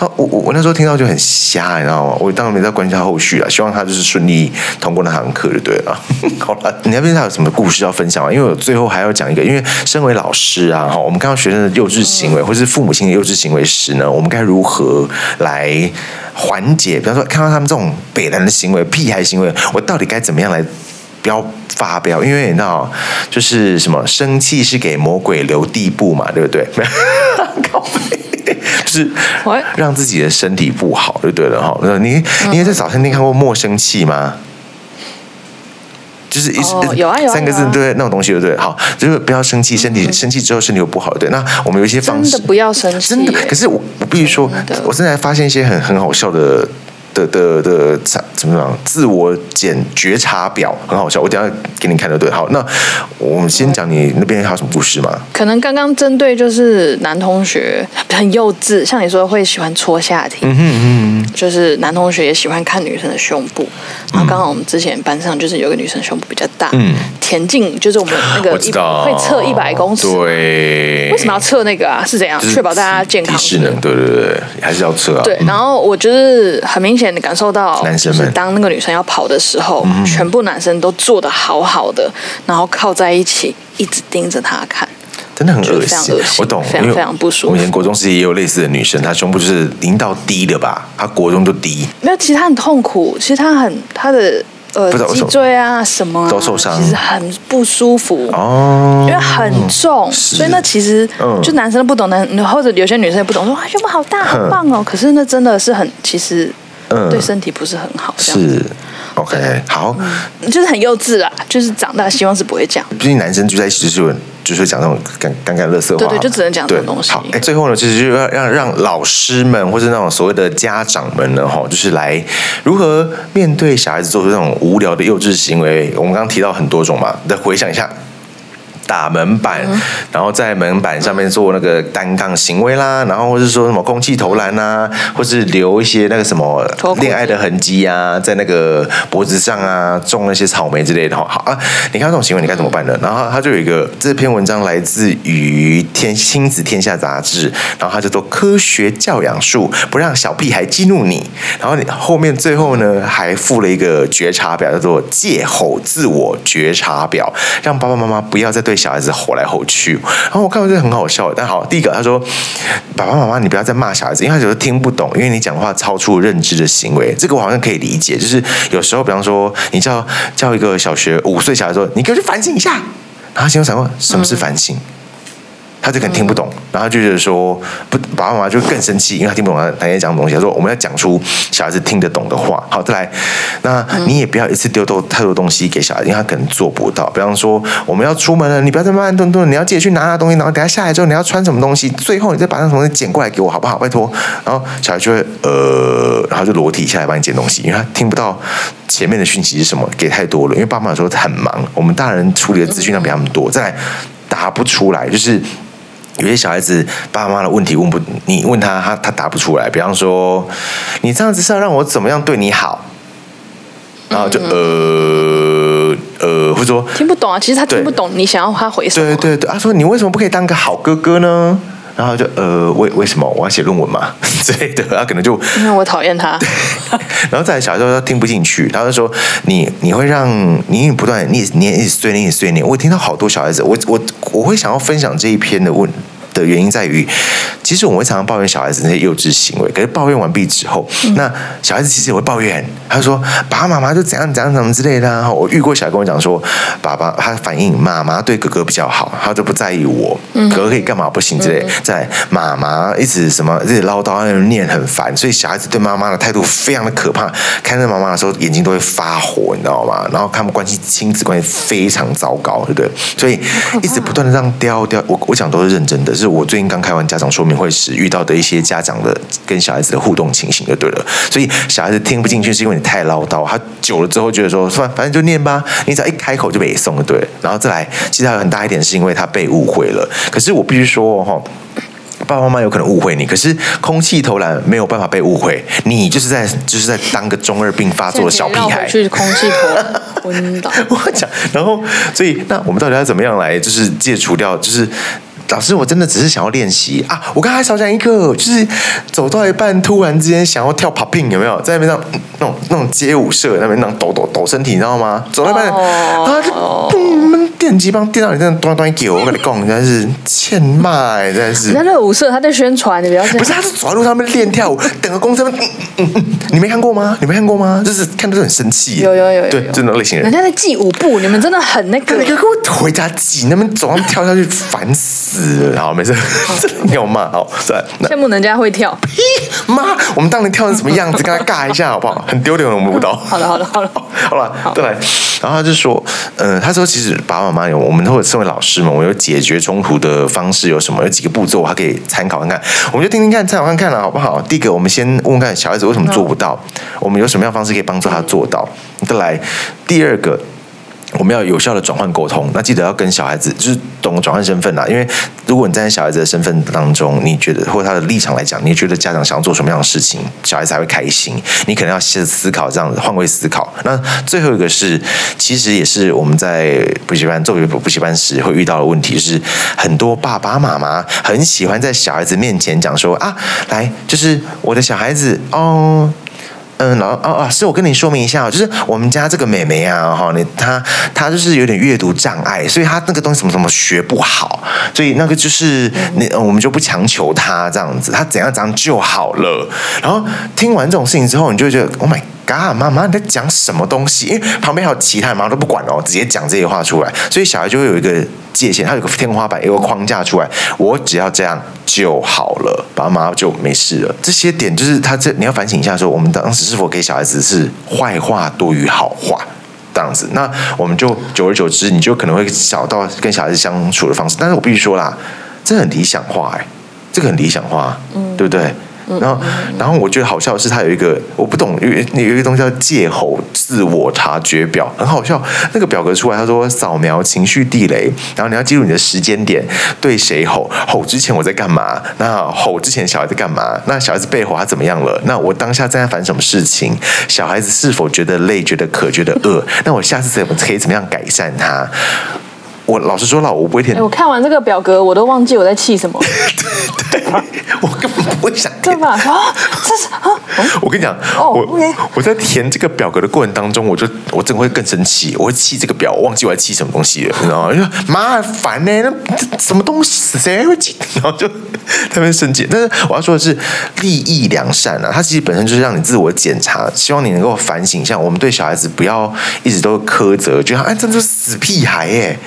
Speaker 1: 啊，我我我那时候听到就很瞎，你知道吗？我当然没在关心他后续啊，希望他就是顺利通过那堂课就对了。 好了，你那边还有什么故事要分享吗？因为我最后还要讲一个，因为身为老师啊，哈，我们看到学生的幼稚行为或是父母亲的幼稚行为时呢，我们该如何来缓解？比方说，看到他们这种北南的行为、屁孩行为，我到底该怎么样来？不要发飙，因为你知道，就是什么生气是给魔鬼留地步嘛，对不 对？靠背就是
Speaker 2: 喂
Speaker 1: 让自己的身体不好就对了哈。那你你也在早餐店看过莫生气吗？就是一、
Speaker 2: 哦有啊有啊
Speaker 1: 三个字
Speaker 2: 有啊嗯
Speaker 1: 对那种东西对不对？好，就是不要生气，身体、生气之后身体又不好对。那我们有一些方式
Speaker 2: 真的不要生气
Speaker 1: 真的。
Speaker 2: 耶
Speaker 1: 可是我我必须说
Speaker 2: 真的，
Speaker 1: 我真的还发现一些很很好笑的。的的的怎么讲？自我检觉察表很好笑，我等一下给你看就对。好，那我们先讲你那边还有什么故事吗？
Speaker 2: 可能刚刚针对就是男同学很幼稚，像你说会喜欢搓下体，嗯嗯嗯，就是男同学也喜欢看女生的胸部。然后刚好我们之前班上就是有个女生胸部比较大，
Speaker 1: 嗯，
Speaker 2: 田径就是我们那个
Speaker 1: 我
Speaker 2: 一
Speaker 1: 知道
Speaker 2: 会测一百公尺，
Speaker 1: 对，
Speaker 2: 为什么要测那个啊？是怎样
Speaker 1: 就是
Speaker 2: 确保大家健康？
Speaker 1: 低势能，对对对，还是要测啊。
Speaker 2: 对，然后我就是很明显的感受到，
Speaker 1: 男生们
Speaker 2: 就是当那个女生要跑的时候，
Speaker 1: 嗯
Speaker 2: 全部男生都坐的好好的，然后靠在一起，一直盯着她看。
Speaker 1: 真的很恶
Speaker 2: 就非常
Speaker 1: 心
Speaker 2: 恶心，
Speaker 1: 我懂，
Speaker 2: 非常
Speaker 1: 因为
Speaker 2: 非常不舒服
Speaker 1: 我以前国中时期也有类似的女生，她胸部就是零到低的吧，她国中就低，
Speaker 2: 没有，其实他很痛苦，其实他很他的呃
Speaker 1: 不知道为什
Speaker 2: 脊
Speaker 1: 么
Speaker 2: 椎啊什么啊
Speaker 1: 都受伤
Speaker 2: 其实很不舒服。
Speaker 1: 哦，
Speaker 2: 因为很重，所以那其实
Speaker 1: 嗯
Speaker 2: 就男生都不懂，男、或者有些女生也不懂，说哇哎胸部好大，好棒哦。可是那真的是很，其实
Speaker 1: 嗯
Speaker 2: 对身体不是很好，这样
Speaker 1: 是 OK 好。
Speaker 2: 就是很幼稚啦。就是长大希望是不会这样。
Speaker 1: 毕竟男生聚在一起就是有就是会讲那种尴尴尬、乐色话，
Speaker 2: 对对就只能讲这种
Speaker 1: 对
Speaker 2: 东西
Speaker 1: 好，哎，最后呢，其实就要让让老师们或是那种所谓的家长们呢，哈，就是来如何面对小孩子做出那种无聊的幼稚行为。我们刚刚提到很多种嘛，再回想一下。打门板，
Speaker 2: 嗯
Speaker 1: 然后在门板上面做那个单杠行为啦，然后或是说什么空气投篮啊，或是留一些那个什么
Speaker 2: 脱裤子
Speaker 1: 恋爱的痕迹啊，在那个脖子上啊，种那些草莓之类的哈。好啊，你看到这种行为，你该怎么办呢？然后他就有一个这篇文章来自于《天亲子天下》杂志，然后他叫做《科学教养术》，不让小屁孩激怒你。然后你后面最后呢，还附了一个觉察表，叫做“借吼自我觉察表”，让爸爸妈妈不要再对小孩子吼来吼去。然后我看到这个很好笑，但好，第一个他说，爸爸妈妈你不要再骂小孩子，因为他有时候听不懂，因为你讲话超出认知的行为，这个我好像可以理解。就是有时候，比方说你叫叫一个小学五岁小孩说，你给我去反省一下，然后他心中想问什么是反省？他就可能听不懂，然后就觉得说不，爸爸妈妈就更生气，因为他听不懂他他在讲什么东西。他说我们要讲出小孩子听得懂的话。好，再来，那你也不要一次丢多太多东西给小孩，因为他可能做不到。比方说我们要出门了，你不要再慢慢吞吞，你要记得去拿拿东西，然后等下下来之后你要穿什么东西，最后你再把那什么东西捡过来给我，好不好？拜托。然后小孩就会呃，然后就裸体下来帮你捡东西，因为他听不到前面的讯息是什么，给太多了。因为爸妈有时候很忙，我们大人处理的资讯量比他们多。再来。答不出来，就是有些小孩子爸妈的问题问不，你问他，他他答不出来。比方说，你这样子是要让我怎么样对你好？然后就呃呃，或者说
Speaker 2: 听不懂啊，其实他
Speaker 1: 对
Speaker 2: 听不懂你想要他回什么。
Speaker 1: 啊对对对，他说你为什么不可以当个好哥哥呢？然后就呃，为为什么我要写论文嘛 之类的，他可能就
Speaker 2: 因为我讨厌 他。
Speaker 1: 然后再来小时候他听不进去，他就说你你会让你一直不断你你一直碎念一直碎念。我听到好多小孩子，我我我会想要分享这一篇的问。的原因在于，其实我们会常常抱怨小孩子那些幼稚行为，可是抱怨完毕之后，那小孩子其实也会抱怨，他说爸爸妈妈就怎样怎样怎么之类的、啊。我遇过小孩跟我讲说，爸爸他反映妈妈对哥哥比较好，他就不在意我，哥哥可以干嘛不行之类的。在妈妈一直什么一直唠叨，念很烦，所以小孩子对妈妈的态度非常的可怕。看着妈妈的时候，眼睛都会发火，你知道吗？然后他们关系亲子关系非常糟糕，对不对？所以一直不断的让雕雕，我我讲都是认真的，是我最近刚开完家长说明会时遇到的一些家长的跟小孩子的互动情形就对了。所以小孩子听不进去是因为你太唠叨，他久了之后觉得说，算反正就念吧，你只要一开口就被送就对了。然后再来，其实还有很大一点是因为他被误会了。可是我必须说哈、哦。爸爸妈妈有可能误会你，可是空气投篮没有办法被误会，你就是在就是在当个中二病发作的小屁孩。
Speaker 2: 去空气头昏倒。
Speaker 1: 我讲，然后所以那我们到底要怎么样来，就是戒除掉，就是。老师，我真的只是想要练习啊！我刚才少讲一个，就是走到一半，突然之间想要跳 popping，有没有？在那边那种那种那种街舞社那边那种抖抖抖身体，你知道吗？走到一半，然后就嘣，电击棒电到你真的咚咚给我，我跟你讲，你真是欠骂、欸，真是
Speaker 2: 人。家热舞社他在宣传，你不要这
Speaker 1: 不是，
Speaker 2: 样。
Speaker 1: 他是走在路上面练跳舞，等个公车，嗯嗯嗯，你没看过吗？你没看过吗？就是看到就很生气耶，
Speaker 2: 有有有有
Speaker 1: 对，
Speaker 2: 有
Speaker 1: 这种类型 的人
Speaker 2: 人。家在记舞步，你们真的很那
Speaker 1: 干
Speaker 2: 个
Speaker 1: 你。给我回家挤，那边走上跳下去，烦死了。好，没事， 真的没有骂哦。对，那
Speaker 2: 羡慕人家会跳。
Speaker 1: 咦妈，我们当年跳成什么样子，跟他尬一下好不好？很丢脸，我们舞蹈。
Speaker 2: 好了好了好了，
Speaker 1: 好了，再来。然后他就说，嗯、他说其实爸爸妈妈有，我们都有身为老师嘛，我们有解决冲突的方式有什么？有几个步骤，还可以参考看看。我们就听听看，参考看看了，好不好？第一个，我们先问问看小孩子为什么做不到，我们有什么样的方式可以帮助他做到。再来，第二个。我们要有效的转换沟通，那记得要跟小孩子就是懂得转换身份啦。因为如果你站在小孩子的身份当中，你觉得或他的立场来讲，你觉得家长想要做什么样的事情，小孩才会开心，你可能要先思考这样子，换位思考。那最后一个是，其实也是我们在补习班作为补习班时会遇到的问题，就是很多爸爸妈妈很喜欢在小孩子面前讲说啊，来，就是我的小孩子哦。嗯，老哦老师，我跟你说明一下哦，就是我们家这个妹妹啊，哈，你她她就是有点阅读障碍，所以她那个东西怎么怎么学不好，所以那个就是你、呃我们就不强求她这样子，她怎样怎样就好了。然后听完这种事情之后，你就会觉得 Oh my God，妈妈你在讲什么东西？因为旁边还有其他人妈妈都不管哦，直接讲这些话出来，所以小孩就会有一个界限，他有个天花板，有个框架出来，我只要这样就好了，爸爸妈妈就没事了。这些点就是他这你要反省一下说我们当时是否给小孩子是坏话多于好话。这样子，那我们就久而久之，你就可能会找到跟小孩子相处的方式。但是我必须说啦，这很理想化哎、这个很理想化，啊对不对？然后，然后我觉得好笑的是，他有一个我不懂，有有有一个东西叫借口自我察觉表，很好笑。那个表格出来，他说扫描情绪地雷，然后你要记录你的时间点，对谁吼，吼之前我在干嘛？那吼之前小孩在干嘛？那小孩子被吼他怎么样了？那我当下正在烦什么事情？小孩子是否觉得累、觉得渴、觉得饿？那我下次怎么可以怎么样改善他？我老实说了，我不会填
Speaker 2: 哎，我看完这个表格，我都忘记我在气什么，
Speaker 1: 我根本不会想
Speaker 2: 对
Speaker 1: 填。
Speaker 2: 吧？啊，这是啊，
Speaker 1: 我跟你讲，
Speaker 2: 哦
Speaker 1: 我、
Speaker 2: OK
Speaker 1: 我在填这个表格的过程当中，我就我真的会更生气，我会气这个表，我忘记我在气什么东西了，你知道吗？就妈烦呢、那这什么东西谁会记？ 然后就他们生气。但是我要说的是，利益良善啊，它其实本身就是让你自我检查，希望你能够反省一下，我们对小孩子不要一直都苛责，觉得哎，这就是死屁孩耶、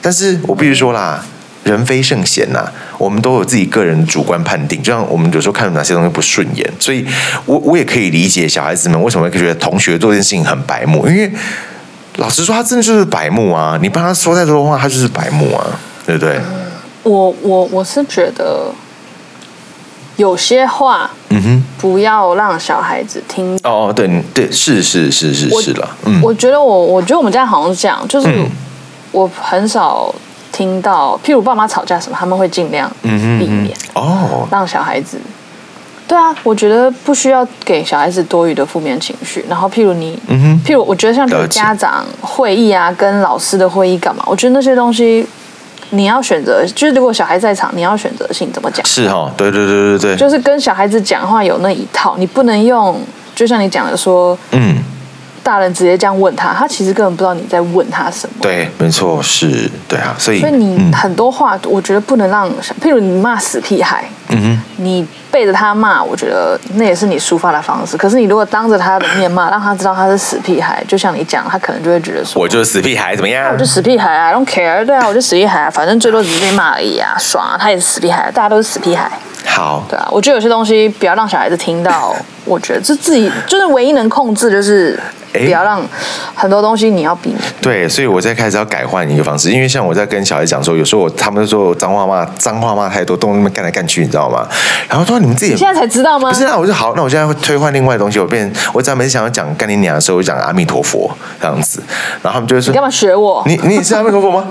Speaker 1: 但是我必须说啦，人非圣贤呐、我们都有自己个人的主观判定。就像我们有时候看哪些东西不顺眼，所以我我也可以理解小孩子们为什么会觉得同学做这件事情很白目，因为老实说，他真的就是白目啊！你帮他说再多的话，他就是白目啊，对不对？
Speaker 2: 我我我是觉得有些话
Speaker 1: 嗯哼，
Speaker 2: 不要让小孩子听
Speaker 1: 哦哦，对你对，是是是是
Speaker 2: 我
Speaker 1: 是了，嗯
Speaker 2: 我觉得我，我觉得我们家好像是这样，就是
Speaker 1: 嗯
Speaker 2: 我很少听到，譬如爸妈吵架什么，他们会尽量避
Speaker 1: 嗯哼嗯
Speaker 2: 免
Speaker 1: 哼，哦，
Speaker 2: 让小孩子。对啊，我觉得不需要给小孩子多余的负面情绪。然后，譬如你，
Speaker 1: 嗯哼
Speaker 2: 譬如我觉得像比如
Speaker 1: 了解
Speaker 2: 家长会议啊，跟老师的会议干嘛，我觉得那些东西你要选择，就是如果小孩在场，你要选择性怎么讲，
Speaker 1: 是哈，对对对对对，
Speaker 2: 就是跟小孩子讲话有那一套，你不能用，就像你讲的说，
Speaker 1: 嗯，
Speaker 2: 大人直接这样问他，他其实根本不知道你在问他什么。
Speaker 1: 对，没错，是，对啊，所以，
Speaker 2: 所以你
Speaker 1: 嗯
Speaker 2: 很多话，我觉得不能让小，譬如你骂死屁孩，
Speaker 1: 嗯哼，
Speaker 2: 你背着他骂，我觉得那也是你抒发的方式。可是你如果当着他的面骂，让他知道他是死屁孩，就像你讲，他可能就会觉得说，
Speaker 1: 我就是死屁孩，怎么样？
Speaker 2: 我就死屁孩啊，I don't care，对啊，我就死屁孩、啊，反正最多只是被骂而已啊，爽啊，他也是死屁孩，大家都是死屁孩，
Speaker 1: 好，
Speaker 2: 对啊。我觉得有些东西不要让小孩子听到，我觉得这自己就是唯一能控制，就是
Speaker 1: 哎
Speaker 2: 不要让很多东西你要避免。
Speaker 1: 对，所以我在开始要改换一个方式，因为像我在跟小孩讲说，有时候我他们说我脏话骂脏话骂太多，动物那边干来干去，你知道吗？然后说你们自己也
Speaker 2: 你现在才知道吗
Speaker 1: 不？是啊，我就好，那我现在会推换另外的东西，我变我只要每次想要讲干你娘的时候，我就讲阿弥陀佛这样子，然后他们就会说
Speaker 2: 你干嘛学我？
Speaker 1: 你你也是阿弥陀佛吗？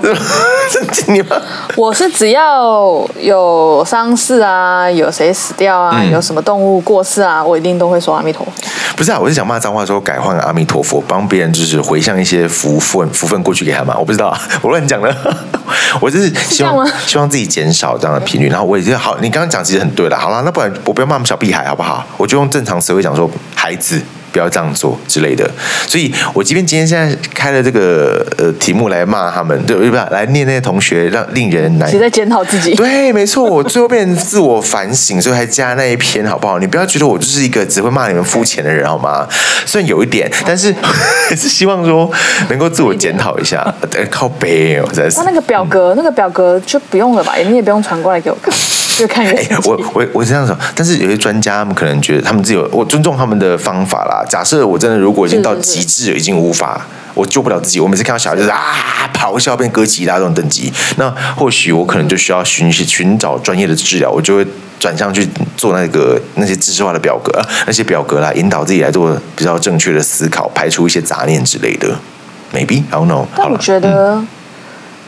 Speaker 1: 神经你吗？
Speaker 2: 我是只要有丧事啊，有谁死掉啊，
Speaker 1: 嗯
Speaker 2: 有什么动物过世啊，我一定都会说阿弥陀佛。
Speaker 1: 不是啊，我是想骂脏话的时候改换阿弥陀佛，帮别人就是回向一些福分福分过去给他嘛。我不知道 啊，我乱讲的，我就是希
Speaker 2: 这
Speaker 1: 望
Speaker 2: 样吗
Speaker 1: 希望自己减少这样的频率。然后我也觉得好，你刚刚讲其实很对了。好啦，那不然我不要骂我们小屁孩好不好？我就用正常词汇讲说孩子。不要这样做之类的，所以我即便今天现在开了这个呃题目来骂他们，对，不是来念那些同学，让令人难
Speaker 2: 你在检讨自己，
Speaker 1: 哎对，没错，我最后变成自我反省，所以才加那一篇，好不好？你不要觉得我就是一个只会骂你们肤浅的人，好吗？虽然有一点，但是 还是希望说能够自我检讨一下。呃靠背哦，真的是
Speaker 2: 那。那个表格，那个表格就不用了吧，你也不用传过来给我 看，越看越
Speaker 1: 哎、
Speaker 2: 生气。
Speaker 1: 我我我是这样想，但是有些专家他们可能觉得他们自己有，我尊重他们的方法啦。假设我真的如果已经到
Speaker 2: 是是
Speaker 1: 极致，已经无法，我救不了自己。我每次看到小孩就是啊咆哮变哥吉拉这种等级，那或许我可能就需要寻寻找专业的治疗，我就会转向去做那个那些知识化的表格，那些表格啦，引导自己来做比较正确的思考，排除一些杂念之类的。Maybe I don't know。
Speaker 2: 但
Speaker 1: 好
Speaker 2: 我
Speaker 1: 了，嗯
Speaker 2: 觉得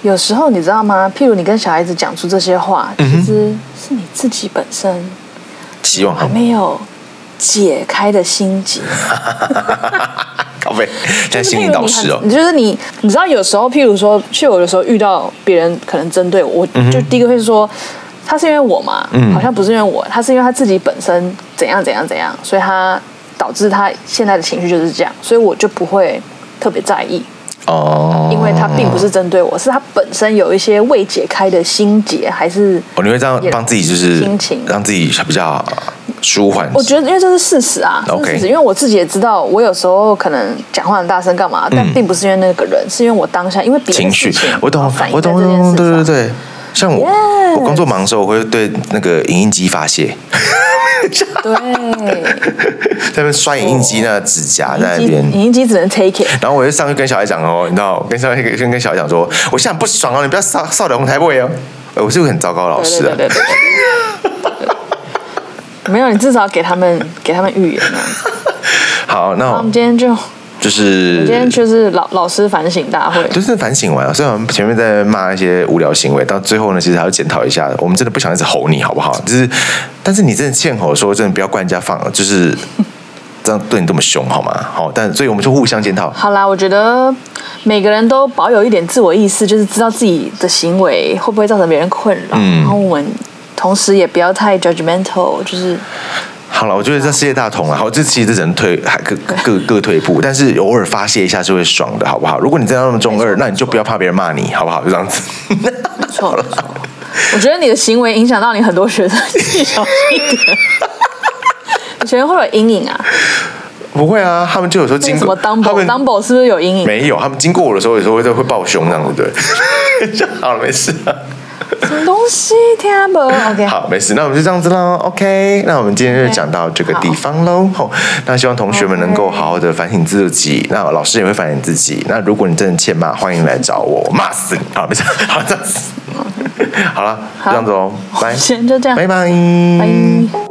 Speaker 2: 有时候你知道吗？譬如你跟小孩子讲出这些话，
Speaker 1: 嗯
Speaker 2: 其实是你自己本身
Speaker 1: 希望
Speaker 2: 还
Speaker 1: 好吗？
Speaker 2: 没有解开的心结。
Speaker 1: 靠背，现在
Speaker 2: 就是
Speaker 1: 心
Speaker 2: 譬
Speaker 1: 理
Speaker 2: 如
Speaker 1: 导
Speaker 2: 你
Speaker 1: 师哦
Speaker 2: 很，你就是你，你知道有时候，譬如说，去有的时候遇到别人可能针对我，
Speaker 1: 嗯
Speaker 2: 我就第一个会说。他是因为我嘛，好像不是因为我，他是因为他自己本身怎样怎样怎样，所以他导致他现在的情绪就是这样，所以我就不会特别在意，
Speaker 1: 哦，
Speaker 2: 因为他并不是针对我，是他本身有一些未解开的心结，还是
Speaker 1: 哦，你会这样帮自己，就是
Speaker 2: 心情
Speaker 1: 让自己比较舒缓。
Speaker 2: 我觉得，因为这是事实啊，这
Speaker 1: OK
Speaker 2: 是事实。因为我自己也知道，我有时候可能讲话很大声干嘛，但并不是因为那个人，是因为我当下因为别的
Speaker 1: 嗯情绪
Speaker 2: 事情，
Speaker 1: 我懂
Speaker 2: 反，映
Speaker 1: 我
Speaker 2: 在
Speaker 1: 懂，
Speaker 2: 这
Speaker 1: 我
Speaker 2: 件
Speaker 1: 懂，
Speaker 2: 事
Speaker 1: 对对
Speaker 2: 上。
Speaker 1: 对。像我
Speaker 2: Yes
Speaker 1: 我工作忙的时候，我会对那个影印机发泄，
Speaker 2: 对，
Speaker 1: 在那边刷影印机那个指甲 在那边。
Speaker 2: 哦影音机只能 take it。
Speaker 1: 然后我就上去跟小孩讲哦，你知道，跟上去跟跟小孩讲说，我现在很不爽哦，你不要扫扫脸红台位哦。呃我是个很糟糕的老
Speaker 2: 对
Speaker 1: 师
Speaker 2: 对
Speaker 1: 啊
Speaker 2: 对，对对对。没 有，你至少给他们给他们预言啊。
Speaker 1: 哦好，那
Speaker 2: 那我
Speaker 1: 我
Speaker 2: 们今天就
Speaker 1: 就是
Speaker 2: 今天就是老老师反省大会。
Speaker 1: 就是反省完啊，虽然我们前面在骂一些无聊行为，到最后呢，其实还要检讨一下，我们真的不想一直吼你，好不好？就是，但是你真的欠吼的时候，真的不要怪人家放，就是这样对你这么凶，好吗？好，但所以我们就互相检讨。
Speaker 2: 好啦，我觉得每个人都保有一点自我意识，就是知道自己的行为会不会造成别人困扰，
Speaker 1: 嗯
Speaker 2: 然后我们同时也不要太 judgmental，就是
Speaker 1: 好了，我觉得这世界大同了，好，这其实这只能退，还各各各退一步，但是偶尔发泄一下是会爽的，好不好？如果你真的那么中二，那你就不要怕别人骂你，好不好？就这样子。
Speaker 2: 没错没错。我觉得你的行为影响到你很多学生，你小心一点。你学生会不会有阴影啊？
Speaker 1: 不会啊，他们就有时候
Speaker 2: 那
Speaker 1: 经
Speaker 2: 个什
Speaker 1: 过
Speaker 2: 么
Speaker 1: 他
Speaker 2: Dumbo
Speaker 1: 们
Speaker 2: Dumbo 是不是有阴影？
Speaker 1: 没有，他们经过我的时候，有时候会会抱胸这样子，对。 好了，没事啊了。
Speaker 2: 什么东西听不懂？OK，
Speaker 1: 好，没事，那我们就这样子喽。OK，那我们今天就讲到这个地方喽。吼那希望同学们能够好好的反省自己，那老师也会反省自己。那如果你真的欠骂，欢迎来找我，我骂 死你！好，没事，好这样子，好了，就这样子哦，拜，
Speaker 2: 先就这样
Speaker 1: 拜拜，
Speaker 2: 拜。